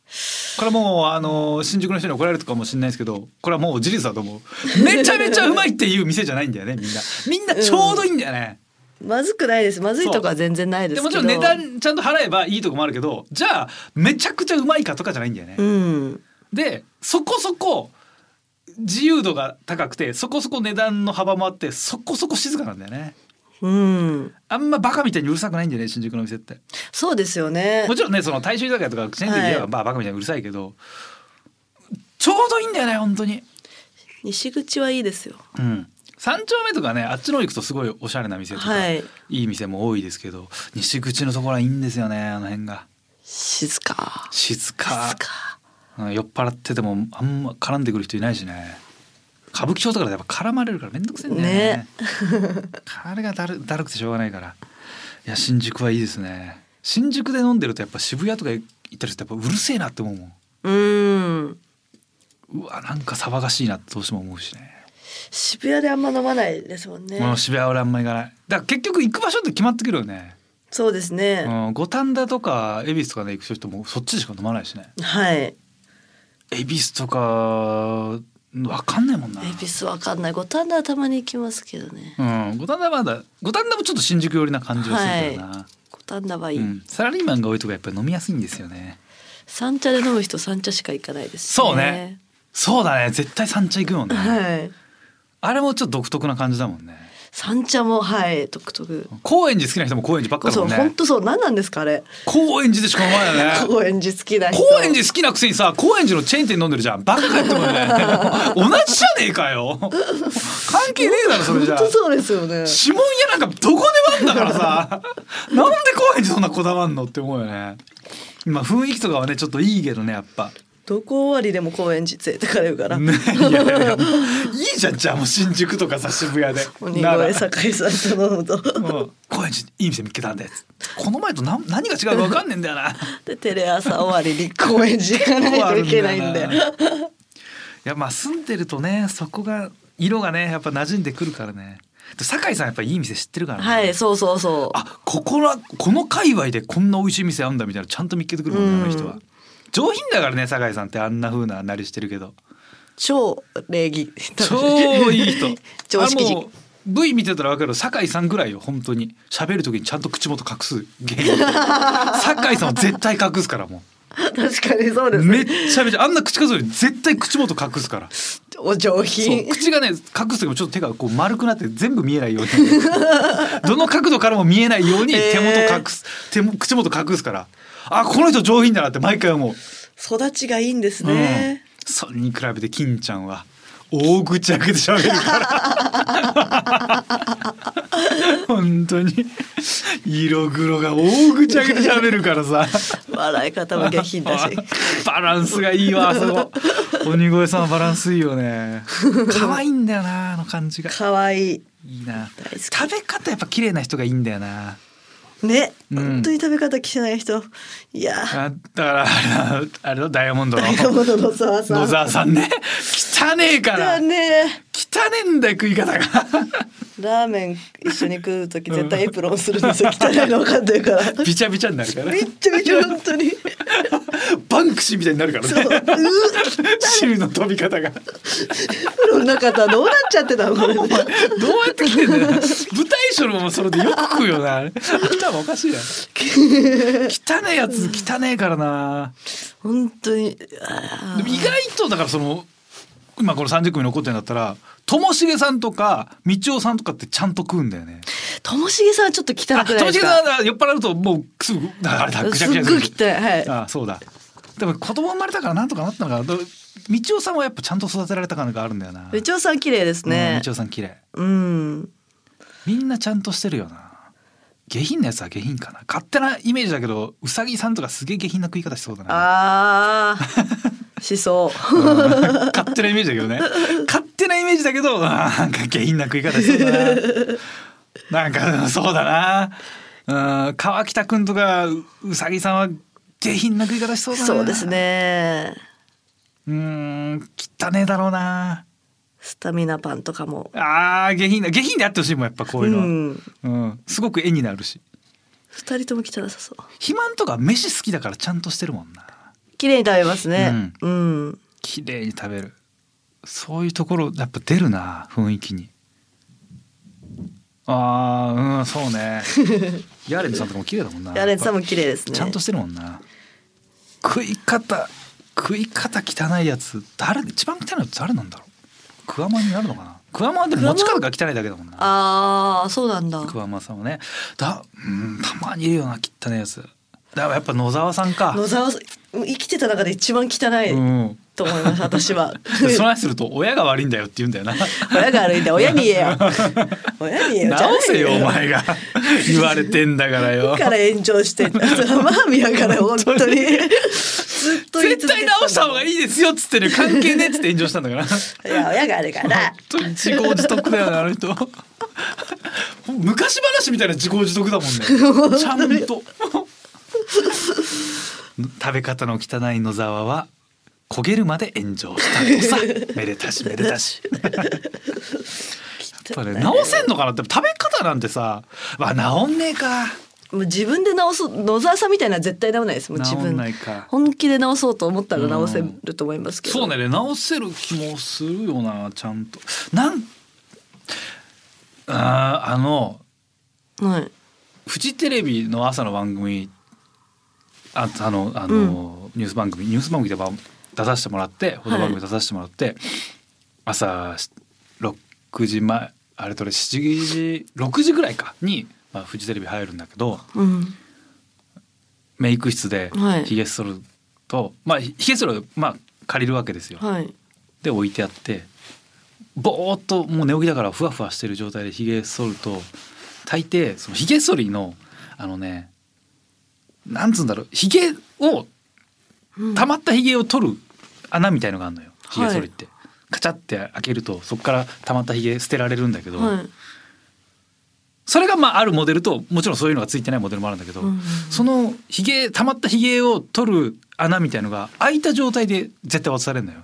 これはもうあの新宿の人に怒られるかもしれないですけどこれはもう事実だと思うめちゃめちゃうまいっていう店じゃないんだよねみんなみんなちょうどいいんだよね、
まずくないですまずいとかは全然ないで
です
け
もち
ど
ろん値段ちゃんと払えばいいとこもあるけどじゃあめちゃくちゃうまいかとかじゃないんだよね、
うん
でそこそこ自由度が高くてそこそこ値段の幅もあってそこそこ静かなんだよね
うん
あんまバカみたいにうるさくないんだよね新宿の店って
そうですよ (laughs) ね
もちろんねその大衆居酒屋とかチェーン店で言えば、
はい
まあバカみたいにうるさいけどちょうどいいんだよね本当に。
西口はいいですよ
うん三丁目とかねあっちの方行くとすごいおしゃれな店とか、、
はいい
い店も多いですけど西口のところはいいんですよねあの辺が
静か
静か
静か
うん酔っ払っててもあんま絡んでくる人いないしね歌舞伎町とかでやっぱ絡まれるからめんどくせえんだよね (laughs)
ね
あれがだるだるくてしょうがないからいや新宿はいいですね新宿で飲んでるとやっぱ渋谷とか行ったりするとやっぱうるせえなって思うもん
うん
うわなんか騒がしいなってどうしても思うしね。
渋谷であんま飲まないですもんね
もう渋谷は俺あんま行かない。だから結局行く場所って決まってくるよね。
そうです
う
ね、
ん、五反田とか恵比寿とかで行く人もそっちしか飲まないしね。
はい恵
恵比寿とかわかんないもんな。
比寿わかんない五反田はたまに行きますけどね
うん、五反田はまだ五反田もちょっと新宿寄りな感じがするからな、
五反田はいい、
うん、サラリーマンが多いとかやっぱり飲みやすいんですよね
三茶で飲む人三茶しか行かないですし
そうねそうだね絶対三茶行くもんね、
はい
あれもちょっと独特な感じだもんね
三茶もはい独特
高円寺好きな人も高円寺ばっかだも
そうん本
ね
当そう何なんですかあれ
高円寺でしか飲まないよね
高円寺好きな人
高円寺好きなくせにさ高円寺のチェーン店飲んでるじゃんバカかよって思う
(laughs)
よね同じじゃねえかよ関係ねえだろそれじゃ
本当そうですよね
指紋屋なんかどこでもあんだからさなんで高円寺そんなこだわんのって思うよね今雰囲気とかはねちょっといいけどねやっぱ
どこ終わりでも高円寺連れてかれるから、
ねいやいやいやもういいじゃんじゃあもう新宿とかさ渋谷で
鬼
なら
越堺さんと飲む
(laughs)
と
うん高円寺いい店見つけたんでこの前と何何が違うか分かんねえんだよな
でテレ朝終わりに高円寺行かないといけないんで
結構あるんだよ (laughs) ないやまあ住んでるとねそこが色がねやっぱ馴染んでくるからねで酒井さんやっぱいい店知ってるからね、
はいそうそうそう
あここらこの界隈でこんな美味しい店あんだみたいなのちゃんと見っけてくるもんねあの人
う
は
ん
上品だからね酒井さんってあんな風ななりしてる
(laughs)
けど
超礼儀
超いい人
(laughs) 常識人
あれもう V 見てたら分かる酒井さんぐらいよ本当
(laughs)
に喋る時にちゃんと口元隠す芸人酒井さんは絶対隠すからもう
確かにそうです
めっ
ね。
ちゃめちゃあんな口数より絶対口元隠すから
お上
そう
品。
口がね隠す時もちょっと手がこう丸くなって全部見えないように
(laughs)
どの角度からも見えないように
へー
手元隠す、手も口元隠すからあこの人上品だなって毎回思う、
育ちがいいんです
うん
ね。
それに比べて金ちゃんは大口開けて喋るから
(laughs)
本当に色黒が大口開けて喋るからさ
笑い方も下品
(laughs)
だし。
バランスがいいわあそこ鬼越さんバランスいいよ
(laughs)
ね可愛いんだよなあの感じが
可愛い
いいな
大好き。
食べ方やっぱ綺麗な人がいいんだよない
ね、
うん
本当に食べ方気しない人。いやー。
あだからあれあれのダイヤモンドの
山本の沢さん。
野沢さんね汚ねえから
だ
汚ね
ね。
えんだよ食い方が
ラーメン一緒に食うとき絶対エプロンするんですよ。汚いの分かってる
(laughs)
から。
びちゃびちゃになるから
めっちゃめちゃ本当に。
バンクシーみたいになるから
そう。う
ね
ー
汁の飛び方がど
エプロンなかったらどうなっちゃってたのこれで。
うやって来てんだよ舞台衣装もそれでよく食うよなあれ頭おかしいな汚ねえやつ汚ねえからな
本当に。あ
でも意外とだからその今この30組残ってんだったらともしげさんとか道夫さんとかってちゃんと食うんだよね。
ーともしげさんはちょっと汚
あと
くな
も
いで
し
す
げさん
か。
は酔っ払うともうすぐあれだぐち
す
ゃ
っ
ぐちゃ
ごい
す
汚い。はい。
あそうだ。でも子供生まれたからなんとかなったのかな。だから道夫さんはやっぱちゃんと育てられた感があるんだよな。
部長さん綺麗です
うん
ね。
道夫さん綺麗。
うん。
みんなちゃんとしてるよな。下品なやつは下品かな。勝手なイメージだけどうさぎさんとかすげえ下品な食い方しそうだな。
ああ。しそう。
勝手なイメージだけどね勝手なイメージだけどあーなんか下品な食い方しそうだななんかそうだなうん川北くんとかううさぎさんは下品な食い方 (laughs) しそうだな
そうですね。
うーん汚ねえだろうな
スタミナパンとかも。
あー下品な下品であってほしいもんやっぱこういうのは、
う
うん
ん
すごく絵になるし
二人とも汚さそう。
肥満とか飯好きだからちゃんとしてるもんな
綺麗に食べますね。うん。
綺麗に食べるそういうところやっぱ出るな雰囲気にあーうんそう
(laughs)
ねヤーレンズさんとかも綺麗だもんな
ヤレンさんも綺麗ですね。
ちゃんとしてるもんな食い方食い方汚いやつ誰一番汚いやつ誰なんだろうクワマンになるのかなクワマンで持ち方が汚いだけだもんな
ああ、そうなんだ。
クワマンさんはねだうんたまにいるよな汚いやつだからやっぱ野沢さんか
野沢さん生きてた中で一番汚
う
い
ん
と思
(laughs)
います。私は。
でその話すると親が悪いんだよって言うんだよな
親が悪いんで親に言えよ。親に言えよ。
(laughs) 直せよ
じゃ
お
ない。
前が言われてんだからよ
から炎上してんだ。マーミヤから本当に。ずっと言い
絶
続けて
対直した方が
い
いいですよっつってる関係ねえっつって炎上したんだから本
い。いや、親があるから。
当に自業自得だよねあの人昔話みたいな自業自得だもんねちゃんと食べ方の汚い野沢は焦げるまで炎上したのさめでたしめでたしやっぱね直せんのかなって食べ方なんてさわ直んねえか
もう自分で直そう野沢さんみたいなのは絶対直らないですもう自
直
分
んないか
本気で直そうと思ったら直せると思いますけど、
そうね直せる気もするよなちゃんとなんあーあの
はい
フジテレビの朝の番組ああのあの、ニュース番組ニュース番組でば出させてもらって報道番組出させてもらって、朝6時前あれとれ7時6時ぐらいかに、まあ、フジテレビ入るんだけど
うん
メイク室で
はい
ひげ剃ると、まあひげ剃るまあ借りるわけですよ。
はい
で置いてあってぼーっともう寝起きだからふわふわしてる状態でひげ剃ると大抵そのひげ剃りのあのねなんつうんだろうひげを
うん
たまったひげを取る穴みたいのがあるのよひ
はい
げ剃りって。カチャって開けるとそこからたまったひげ捨てられるんだけど、
はい
それがまああるモデルともちろんそういうのがついてないモデルもあるんだけど、
うん
そのひげたまったひげを取る穴みたいのが開いた状態で絶対渡されるのよ。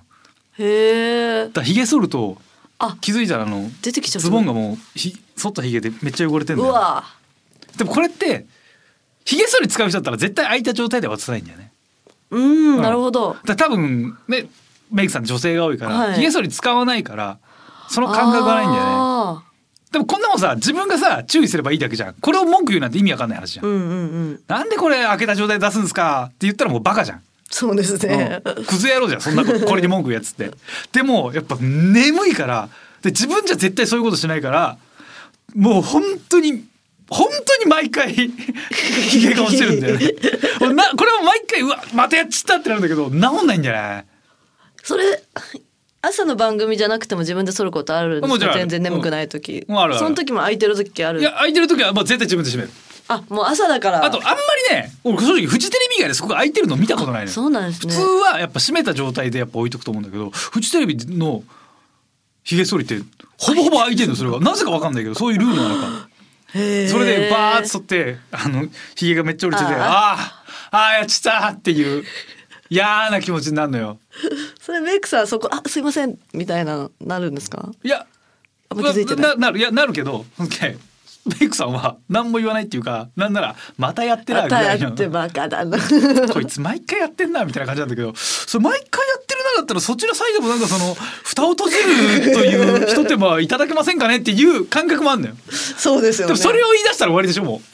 へえ
だからひげ剃ると
あ
気づいたらあの
出てきちゃった
ズボンがもうひ剃ったひげでめっちゃ汚れてん
う
だよ
わ
でもこれってひげ剃り使う人だったら絶対空いた状態では渡さないんだよね
うんなるほ
だ
ど
から多分ねメイクさん女性が多いから、
はい
ひげ剃り使わないからその感覚がないんだよね
よね
でもこんなもんさ自分がさ注意すればいいだけじゃんこれを文句言うなんて意味わかんない話じゃん、
うんうんうん
なんでこれ開けた状態で出すんですかって言ったらもうバカじゃん
そうですね。
うんクズ野郎じゃんそんなここれに文句言うやつってでもやっぱ眠いからで自分じゃ絶対そういうことしないからもう本当に本当に毎回ひげが落ちるん (laughs) だよね俺なこれは毎回うわまたやっちったってなるんだけど治んないんじゃない
それ朝の番組じゃなくても自分で剃ることあるんで
も
す
ちろん
か
ある
全然眠くない時、
うんあるある
その時も空いてる時ある
いや空いてる時はもう絶対自分で閉める
あもう朝だから
あとあんまりね俺正直フジテレビ以外ですごく空いてるの見たことないのよ
そうなんで
普
すね
通はやっぱ閉めた状態でやっぱ置いとくと思うんだけどフジテレビのひげ剃りってほぼほぼ開いてるのそれがなぜかわかんないけどそういうルールなのか
へー
それでバーッと剃ってあのひげがめっちゃ落ちてて
あー
あーあーやっちゃったっていう嫌な気持ちになるのよ
それメイクさんそこあすいませんみたいななるんですか。
いや
あんま気づいてない
なるいやなるけど OK メイクさんは何も言わないっていうかなんならまたやってな
ま
みた
た
いな
やってバカだな。
(laughs) こいつ毎回やってんなみたいな感じなんだけどそれ毎回やってるなだったらそちらサイドもなんかその蓋を閉じるという一手間いただけませんかねっていう感覚もあるのよ
そうですよ
で
ね。
もそれを言い出したら終わりでしょもう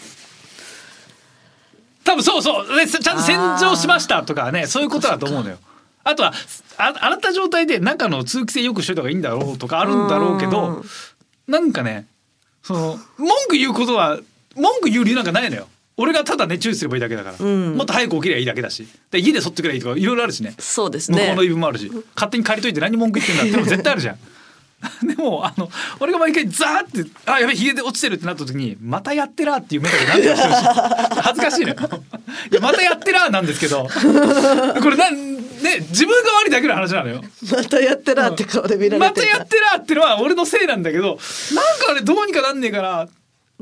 多分そうそうでちゃんと洗浄しましたとかねそういうことだと思うのよあとはあ洗った状態で中の通気性よくしといた方がいいんだろうとかあるんだろうけどなんかねその文句言うことは文句言う理由なんかないのよ俺がただね注意すればいいだけだから、
ん
もっと早く起きればいいだけだしで家で剃ってくればいいとかいろいろあるしね
そうです
向こ
ね
うの言い分もあるし、勝手に借りといて何文句言ってんだってのも絶対あるじゃん (laughs) でもあの俺が毎回ザーって「あやべえひげで落ちてる」ってなった時に「またやってら」っていう目だけ何とかしてるし恥ずかしいのよ。 (laughs) いやまたやってらなんですけどこれなんね自分が悪いだけの話なのよ。
またやってなって顔で見られてる。
またやってらってのは俺のせいなんだけどなんかあれどうにかなんねえから気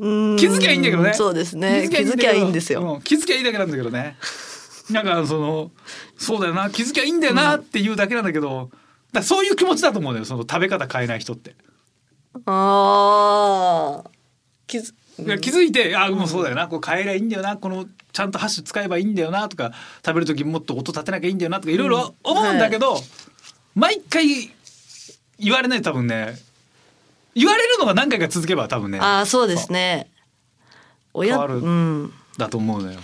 気
づきゃいいんだけどね
そうですね。気づき
だ
ゃ
け
い
ど
いんですよ。
う気づきゃいいだけなんだけどねなんかそのそうだよな気づきゃいいんだよなっていうだけなんだけど、だからそういう気持ちだと思うのよその食べ方変えない人って
ああ。気づ。
いや気づいて「あもうそうだよなこう変えりゃいいんだよなこのちゃんと箸使えばいいんだよな」とか「食べる時もっと音立てなきゃいいんだよな」とかいろいろ思うんだけど、毎回言われないと多分ね言われるのが何回か続けば多分ね
ああそうですね親
変わる
うん
だと思うのよ。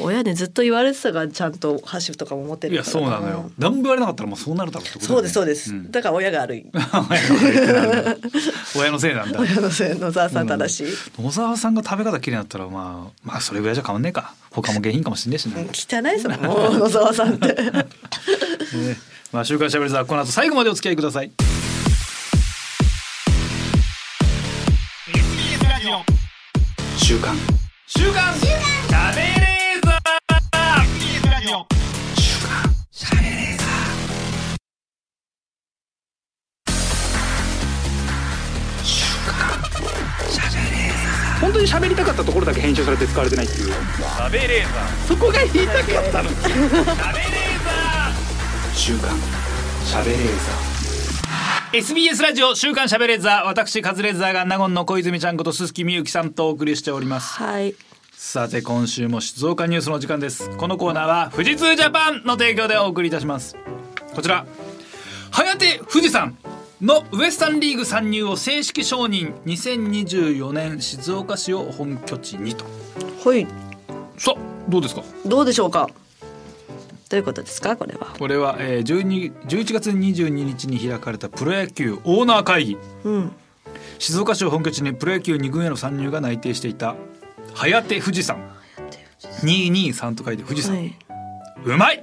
親にずっと言われてたからちゃんと箸とかも持って
い
る
や
から
そうなのよ。何も言われなかったらもうそうなるだろうってことだ
そ
よ
う
ね
ですそうです、
ん
だから親が悪
(laughs)
い
親のせいなんだ。
親のせい野沢さん正しい、
野沢さんが食べ方綺麗だったらまあまあそれぐらいじゃ変わんねえか。他も下品かもしんねえし
う
な。ね
ん、汚いそれもう野沢さんって
まあ週刊しゃべりはこの後最後までお付き合いください。
週刊
週刊しゃべれーザ
本当に喋りたかったところだけ編集されて使われてないっていう
ー。べれーザ
そこが言いたかったの喋れーさ週刊喋れーさ
SBS ラジオ週刊しゃべれーザー。私カズレーザーが名古屋の小泉ちゃんこと鈴木みゆきさんとお送りしております。
はい
さて今週も静岡ニュースの時間ですこのコーナーは富士通ジャパンの提供でお送りいたしますこちら早手富士山のウエスタンリーグ参入を正式承認2024年静岡市を本拠地にと
はい
さあどうですか
どうでしょうかどういうことですかこれは
これは、えー、12 11月22日に開かれたプロ野球オーナー会議、静岡市を本拠地にプロ野球2軍への参入が内定していた早手富士山223と書いて富士山、
はい、
(laughs) うまい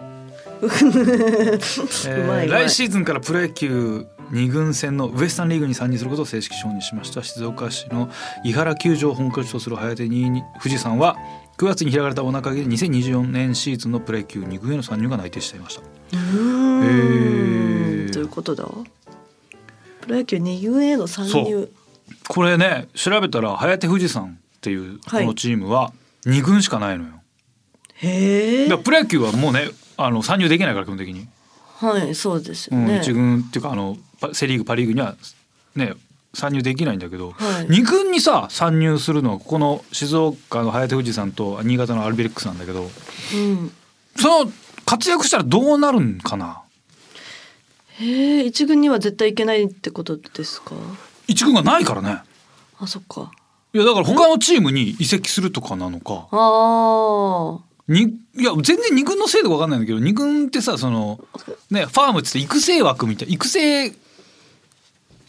えー
うまいうまい
来シーズンからプロ野球二軍戦のウエスタンリーグに参入することを正式承認しました静岡市の伊原球場を本拠地とする早手に富士山は9月に開かれたお中で2024年シーズンのプロ野球二軍への参入が内定していました
うー
えー
んどういうことだプロ野球二軍への参
そ
入
うこれね調べたら早手富士山っていうこ
はい
のチームは二軍しかないのよ、
へえ
だからプロ野球はもうねあの参入できないから基本的に
はいそうです
う
よ
ん、
ね、
一軍っていうかあのパセ・リーグパ・リーグにはね参入できないんだけど、
はい
二軍にさ参入するのはここの静岡の早手富士さんと新潟のアルビレックスなんだけど
うん、
その活躍したらどうなるんかな
へえ一軍には絶対行けないってことですか
一軍がないからね
あそっか
いやだから他のチームに移籍するとかなのか
ああ
にいや全然二軍の制度が分かんないんだけど二軍ってさそのねファームっつって育成枠みたい育成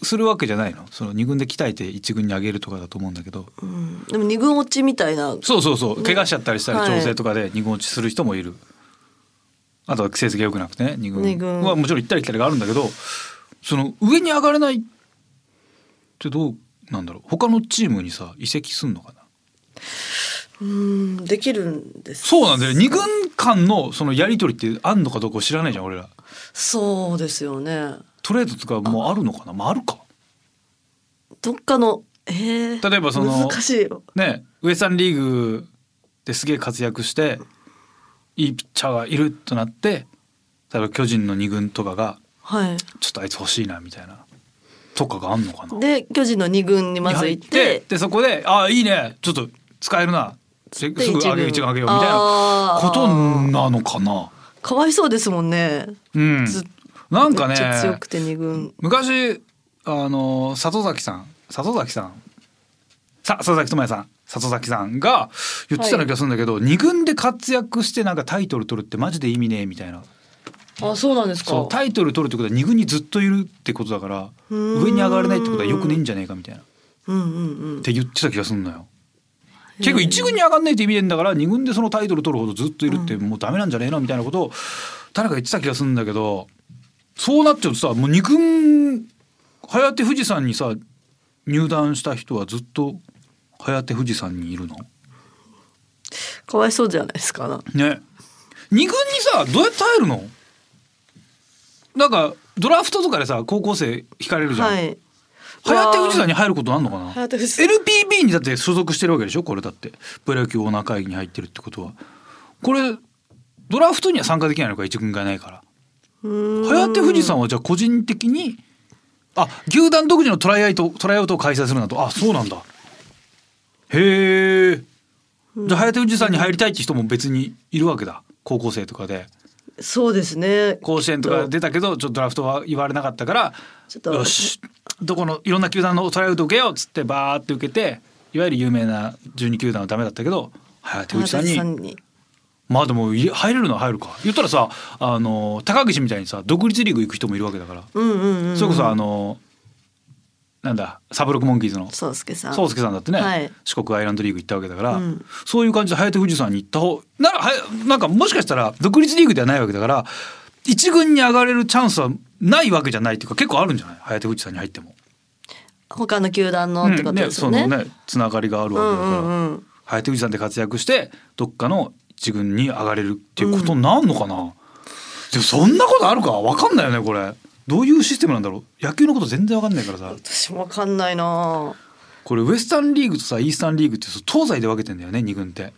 するわけじゃないのその二軍で鍛えて一軍に上げるとかだと思うんだけど
うん
でも二軍落ちみたいな
そうそうそう怪我しちゃったりした
は
り
い
調整とかで二軍落ちする人もいる、あとは成績が良くなくてね二
二軍
軍はもちろん行ったり来たりがあるんだけどその上に上がれないってどうなんだろう他のチームにさ移籍すんのかな
うんできるんです
そうなんだよね二軍間のそのやり取りってあんのかどうか知らないじゃん俺ら
そうですよね
トレードとかもあるのかなまああるか
どっかのえー、
例えばその
難しいよ
ねウエスタンリーグですげえ活躍していいピッチャーがいるとなって例えば巨人の二軍とかが
はい
ちょっとあいつ欲しいなみたいなとかがあんのかな
で巨人の二軍にまず
入っ
行ってて
でそこで「ああいいねちょっと使えるな」すぐ
で
上げよう
一
一
軍
軍上げようみたいなことなのかな
かわいそうですもんね
うん
ずっ
なんか
め
ね
っちゃ強くて二軍
昔あの里崎さん里崎さんさ里崎智也さん里崎さんが言ってたような気がするんだけど、二軍で活躍してなんかタイトル取るってマジで意味ねえみたいな
あそうなんです
そうタイトル取るってことは二軍にずっといるってことだから
うーん
上に上がれないってことはよくねえんじゃねえかみたいなっ
うんうんうん
て言ってた気がするのよ。結構一軍に上がんないと意味ねえんだから二軍でそのタイトル取るほどずっといるってもうダメなんじゃねえのみたいなことを誰か言ってた気がするんだけどそうなっちゃうとさもう二軍早手富士山にさ入団した人はずっと早手富士山にいるの
かわいそうじゃないですかな
ね二軍にさどうやって入るのなんかドラフトとかでさ高校生引かれるじゃん、
はい
早手富士山に入ることあんのかな
早手富士
LPB にだって所属してるわけでしょこれだってプロ野球オーナー会議に入ってるってことはこれドラフトには参加できないのか一軍がいないから
早
早手富士山はじゃあ個人的にあ球団独自のトライアイトトライアウトを開催するなとあそうなんだへえじゃあ早手富士山に入りたいって人も別にいるわけだ高校生とかで
そうですね
甲子園とか出たけどちょっとドラフトは言われなかったから
ちょっと
よしどこのいろんな球団のトライアウト受けようっつってバーって受けていわゆる有名な12球団はダメだったけど早手
早
内
手
さんに
さんに
まあでもい入れるのは入るか言ったらさあの高岸みたいにさ独立リーグ行く人もいるわけだから、
うんうんうん
それこそあのなんだサブロックモンキーズの
そうすけさん
宗介さんだってね、
はい
四国アイランドリーグ行ったわけだから、
うん
そういう感じで早手富士山に行った方ならはやなんかもしかしたら独立リーグではないわけだから一軍に上がれるチャンスはないわけじゃないっていうか結構あるんじゃない早手富士山に入っても。
他の球団のってことですよね,、
うんねそのねつながりがある
う
わけだ
んう
から、
んうん
早手富士山で活躍してどっかの一軍に上がれるっていうことになるのかな、でもそんなことあるかわかんないよねこれどういうシステムなんだろう野球のこと全然わかんないからさ
私もわかんないな
これウエスタンリーグとさイースタンリーグってそう東西で分けてんだよね二軍って。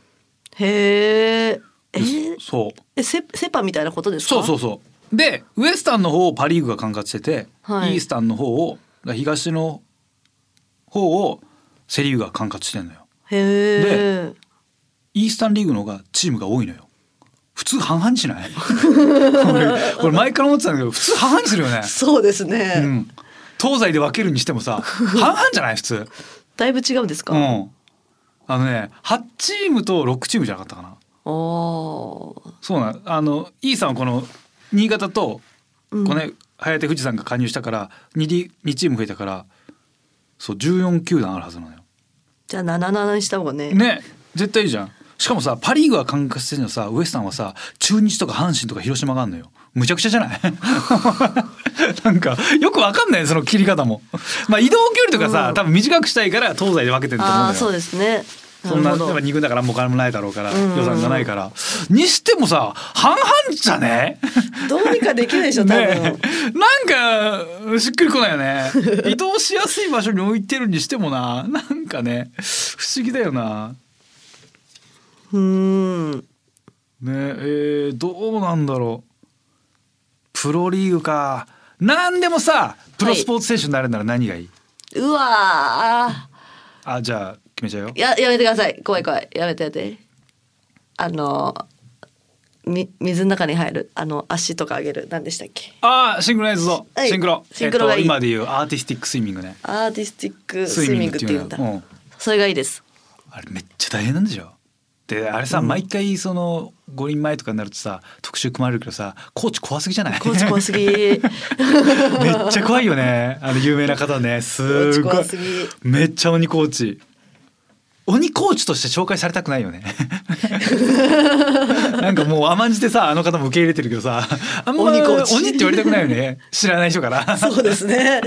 へええー
そう
えセセパみたいなことですか
そうそううそうでウエスタンの方をパ・リーグが管轄してて、
はい
イースタンの方をだから東の方をセ・リーグが管轄してんのよ
へえ
イースタンリーグの方がチームが多いのよ普通半々にしない (laughs) 俺俺前から思ってたんだけど普通半々にするよね、
そうですね、
うん、東西で分けるにしても
(laughs)
さ半々じゃない普通
だいぶ違うんですか、
う、んあのね8チームと6チームじゃなかったかな
おー
そうなんあのイーサンはこの新潟とこ
ん
のね、早手富士山が加入したから 2, リ2チーム増えたからそう14球団あるはずなのよ。
じゃあ七七にした方がね
ね絶対いいじゃん。しかもさパ・リーグは管轄してるのさウエスタンはさ中日とか阪神とか広島があるのよ。むちゃくちゃじゃない (laughs) なんかよくわかんないその切り方も。まあ移動距離とかさ、
うん
多分短くしたいから東西で分けてると思うんだ
あ
よ。
あそうですね
そんな
る
や
ほ
っ
ど
ぱ二軍だからもうお金もないだろうから、
んうんうん
予算がないからにしてもさ半々じゃね
どうにかできないでし
(laughs)
ょ多分、
ねえなんかしっくりこないよね移動しやすい場所に置いてるにしてもななんかね不思議だよな
うーん
ねええーどうなんだろうプロリーグかなんでもさプロスポーツ選手になるなら何がいい、
うわ
あじゃあ決めちゃうよ
ーややめてください怖い怖いやめてやめてあのみ水の中に入るあの足とか上げる何でしたっけ
あーシンクロナイズド、
はい
シンクロ
シンクロがいい
えっと、今でいうアーティスティックスイミングね
アーティスティックス
スイ
イ
ミ
ミ
ン
ン
グ
グって
っ
て
い
いうう
の
んだ
うん
それがいいです
あれめっちゃ大変なんでしょってあれさ、毎回その五輪前とかになるとさ特集組まれるけどさコーチ怖すぎじゃない
コーチ怖すぎ
(laughs) めっちゃ怖いよねあの有名な方ねすご
怖
い
すぎ
めっちゃ鬼コーチ鬼コーチとして紹介されたくないよ
(laughs)
ねなんかもう甘んじてさあの方も受け入れてるけどさあんま
鬼
鬼
コーチ
鬼って言われたくないよね知らない人から
そうですね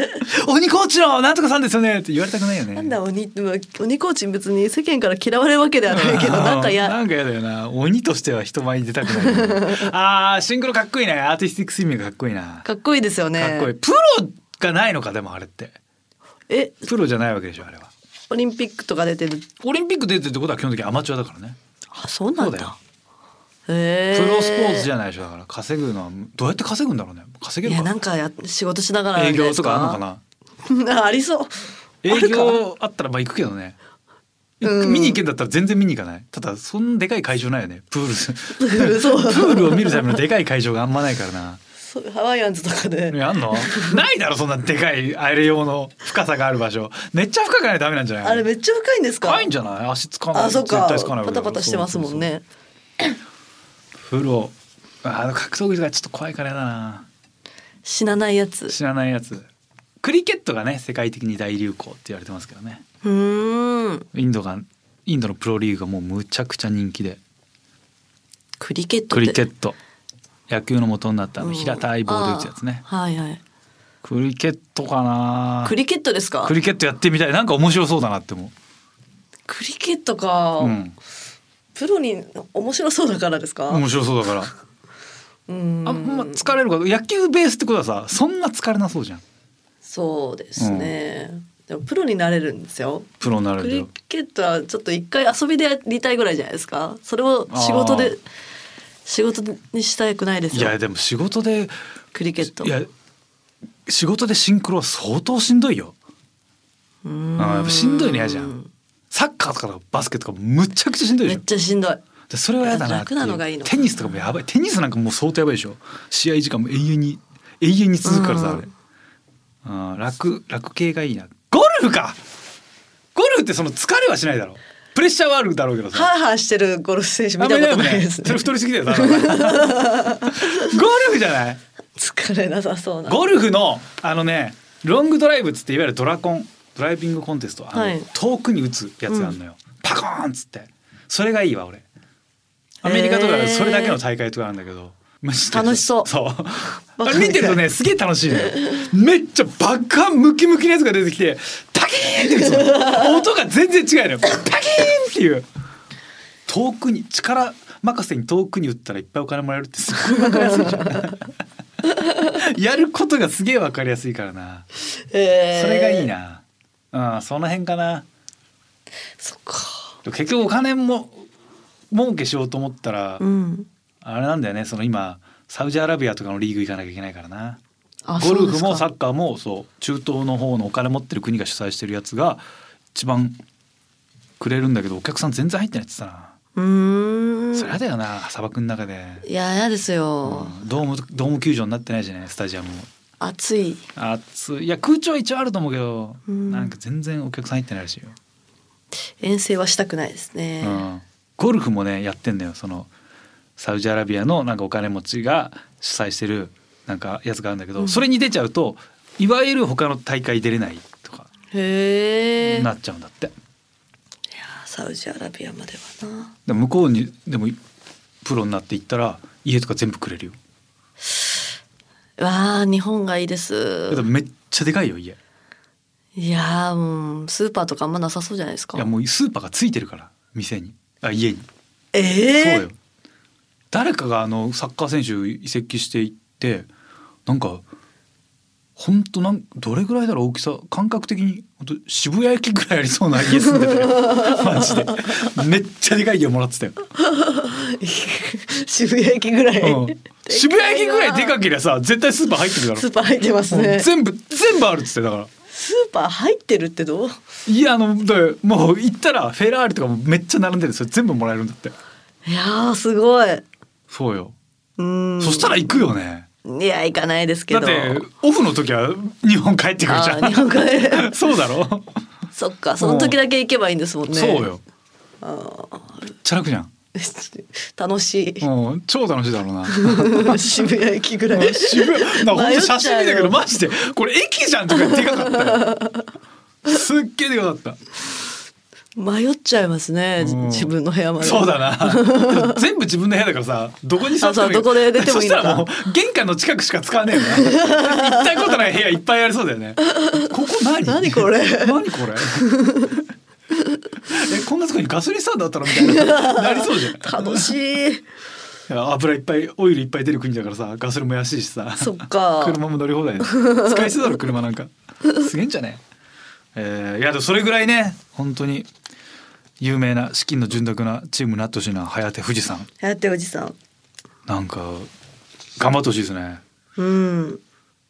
鬼コーチのなんとかさんですよねって言われたくないよね
なんだ鬼まあ鬼コーチ別に世間から嫌われるわけではないけどなんか
な
や
んかやだよな鬼としては人前に出たくないよ
(laughs)
ねあーシンクロかっこいいねアーティスティックスイミングかっこいいな
かっこいいですよね
かっこいいプロがないのかでもあれって
え
プロじゃないわけでしょあれは
オリンピックとか出てる
オリンピック出てるってことは基本的にアマチュアだからね
あそうな
そ
ん
う
だ
だよプ
へえ
ロスポーツじゃないでしょだから稼ぐのはどうやって稼ぐんだろうね稼
い
げ
や
る
な
か
んかや仕事しながら
営業とかあんのか
な
なん
ですか (laughs) あありそうあ
営
るか
業あったらまあ行くけどね行く
うん
見に行けんだったら全然見に行かないただそんなでかい会場ないよね (laughs) プール
(laughs) プールそう
プールを見るためのでかい会場があんまないからな
そうハワイアンズとかで、
えあんの (laughs) ないだろそんなでかいあれ用の深さがある場所めっちゃ深くないとダメなんじゃない
あれめっちゃ深いんですか
深いんじゃない足つかない
あそっか
絶対つかないわ
パ
けだ
タ
から
パタしてますもんね
そうそうそうプロあの格闘技がちょっと怖いからやだな
死なないやつ
知らないやつクリケットがね世界的に大流行って言われてますけどね
うーん
インドがインドのプロリーグがもうむちゃくちゃ人気で
クリケット
クリケ
ッ
ット野球の元になったあの平たい棒で打つやつね
はいはい
クリケットかな
クリケットですか
クリケットやってみたいなんか面白そうだなって思
クリケットか、
う、うん、
プロに面白そうだからですか、
面白そうだから
うん
あんま疲れるか野球ベースってことはさそんな疲れなそうじゃん
そうですね、でもプロになれるんですよ
プロになる
ク
け
リ
ど
ケットはちょっと一回遊びでやりたいぐらいじゃないですかそれを仕事
あ
で
ー
仕事にしたくないです
い
よ
やでも仕事で
クリケット
いや仕事でシンクロは相当しんどいよ
うーん
あやっぱしんどいの嫌じゃんサッカーとかバスケとかむちゃくちゃしんどい
め
でし
っ
ょ
ちゃしんどい
でそれは嫌だなっていう
楽なのがいいの
テニスとかもやばいテニスなんかもう相当やばいでしょ試合時間も永遠に永遠に続くからさ、
うん
あれあー楽楽系がいいなゴルフかゴルフってその疲れはしないだろプレッシャーはあるだろうけどさ
ハーハーしてるゴルフ選手
あ
見
んま
た
り
こ
ないも
と
ん
ない
ね
です
そ
ね
れ太りすぎだよなゴ (laughs) ルフじゃない
疲れなさそうな
ゴルフのあのねロングドライブっつっていわゆるドラコンドライビングコンテストあの、
はい
遠くに打つやつがあるのよ、パコーンっつってそれがいいわ俺アメリカとかでそれだけの大会とかあるんだけど、マジで
楽しそう
そうあ
バカ
れ見てるとねすげえ楽しいのよめっちゃバカムキムキのやつが出てきてパキーンって打つの音が全然違うのよパキーンっていう遠くに力任せに遠くに打ったらいっぱいお金もらえるってすごい分かりやすいじゃんやることがすげえ分かりやすいからな
えー
それがいいなうんその辺かな
そっか
でも結局お金も儲けしようと思ったら、
うん
あれなんだよねその今サウジアラビアとかのリーグ行かなきゃいけないからな
あ
ゴル
そうで
フ
すか
もサッカーもそう中東の方のお金持ってる国が主催してるやつが一番くれるんだけどお客さん全然入ってないって言ってたな、
うーん
そりゃだよな砂漠の中で、
いや嫌ですよ、
うんドームドーム球場になってないじゃないスタジアムも
暑い
暑いいや空調は一応あると思うけど、
うん
なんか全然お客さん入ってないらしいよ、
遠征はしたくないですね、
うん、ゴルフもねやってんだよそのサウジアラビアのなんかお金持ちが主催してるなんかやつがあるんだけど、
うん
それに出ちゃうといわゆる他の大会出れないとか
へえ
なっちゃうんだって。
サウジアラビアまではな
でも向こうにでもプロになっていったら家とか全部くれるよ。
わあ日本がいいで
だ
す
からめっちゃでかいよ家。
いやーもうスーパーとかあんまなさそうじゃないですか
いやもうスーパーがついてるから店にあ家に。
ええ
そうよ。誰かがあのサッカー選手移籍していってなんか本当なんどれぐらいだろう大きさ感覚的にほんと渋谷駅ぐらいありそうな家住んでた
(laughs)
よマジでめっちゃでかい家もらってたよ。
(laughs) 渋谷駅ぐらい、
うん、渋谷駅ぐらいでかけりゃさ絶対スーパー入ってるだろ
(laughs) スーパー入ってますねス
全部全部あるっつってだから
ーパー入ってるってどう
いやあのだからもう行ったらフェラーリとかもめっちゃ並んでるんですよ全部もらえるんだって
いやーすごい
そうよ、
うん
そしたら行くよね
いや行かないですけ
だっ
ど
てオフの時は日本帰ってくるじ
あ
ゃ
ー日本
ん
帰
(laughs)
る
そうだろ、
そっかその時だけ行けばいいんですもんね
そうよ
あ
めっちゃ楽じゃん。
ー (laughs) 楽しい
うん、超楽しいだろうな。
(laughs) 渋谷駅ぐらい
渋谷な本
迷
当
っちゃう
写真見たけどマジでこれ駅じゃんとかでかかった
(laughs)
よ。すっげえでかかった。
迷っちゃいますね、
うん
自分の部屋まで
そうだ
(laughs)
な。全部自分の部屋だからさ、どこに座ってもいい
あそうどこで出てもいいの
そ
か
したらもう玄関の近くしか使わねえよな。行ったことない部屋いっぱいありそうだよね。ここ何？
何これ
何
(laughs)
これ？えこんなとこにガソリンスタンドあったのみたいななりそうじゃん。
楽しい
いや油いっぱいオイルいっぱい出る国だからさガソリンも安いしさ
そっか
車も乗り放題、ね、使い捨てだろ車なん
(laughs)
かすげえんじゃねえーいやでもそれぐらいね本当に有名な資金の潤沢なチームになってほしいな早手富士山
やっておじさん
なんか頑張ってほしいですね
うん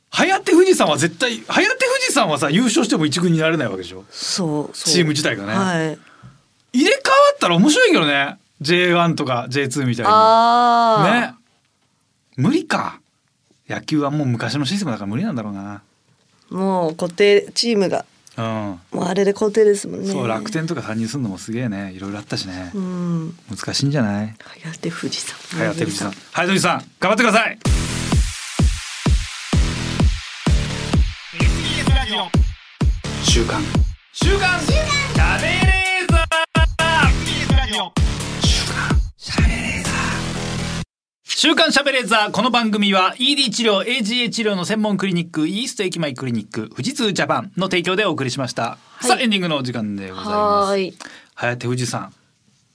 早手富士山は絶対早手富士山はさ優勝しても一軍になれないわけでしょ
そうそう
チーム自体がね
はい
入れ替わったら面白いけどね J1 とか J2 みたいな
ああ
ね無理か野球はもう昔のシステムだから無理なんだろうな
もう固定チームが
うん
もうあれで固定ですもんね
そう楽天とか参入するのもすげえねいろいろあったしね
うん
難しいんじゃない
早手富士山
早手富士さん早手富士さん頑張ってください
週刊
週刊しゃべれーザ週刊しゃべれーザこの番組は ED 治療 AGA 治療の専門クリニックイースト駅前クリニック富士通ジャパンの提供でお送りしました、
い
さあエンディングのお時間でござい
は
ま
ー
す
い。
早手富士さん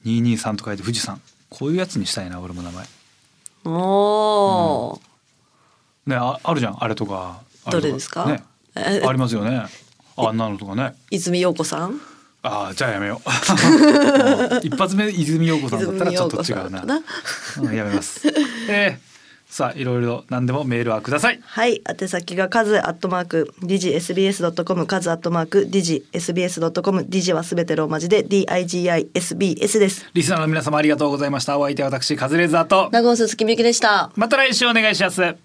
223と書いて富士山こういうやつにしたいな俺も名前
おー
ねああるじゃんあれとかあと
どれですか
ね
え
ありますよねあんなのとかね
泉陽子さん
あーじゃあやめ
(laughs)
ようもう一発目泉陽子さんだったら
泉
ちょ
陽
っと
子
違
さ
うんな
かな
うんやめますえー、さあいろいろ何でもメールはください
はい宛先がカズアットマーク digisbs.com カズアットマーク digisbs.com dig はすべてローマ字で digisbs です
リスナーの皆様ありがとうございましたお相手は私カズレーザーと
名古屋鈴木みゆきでした。
また来週お願いします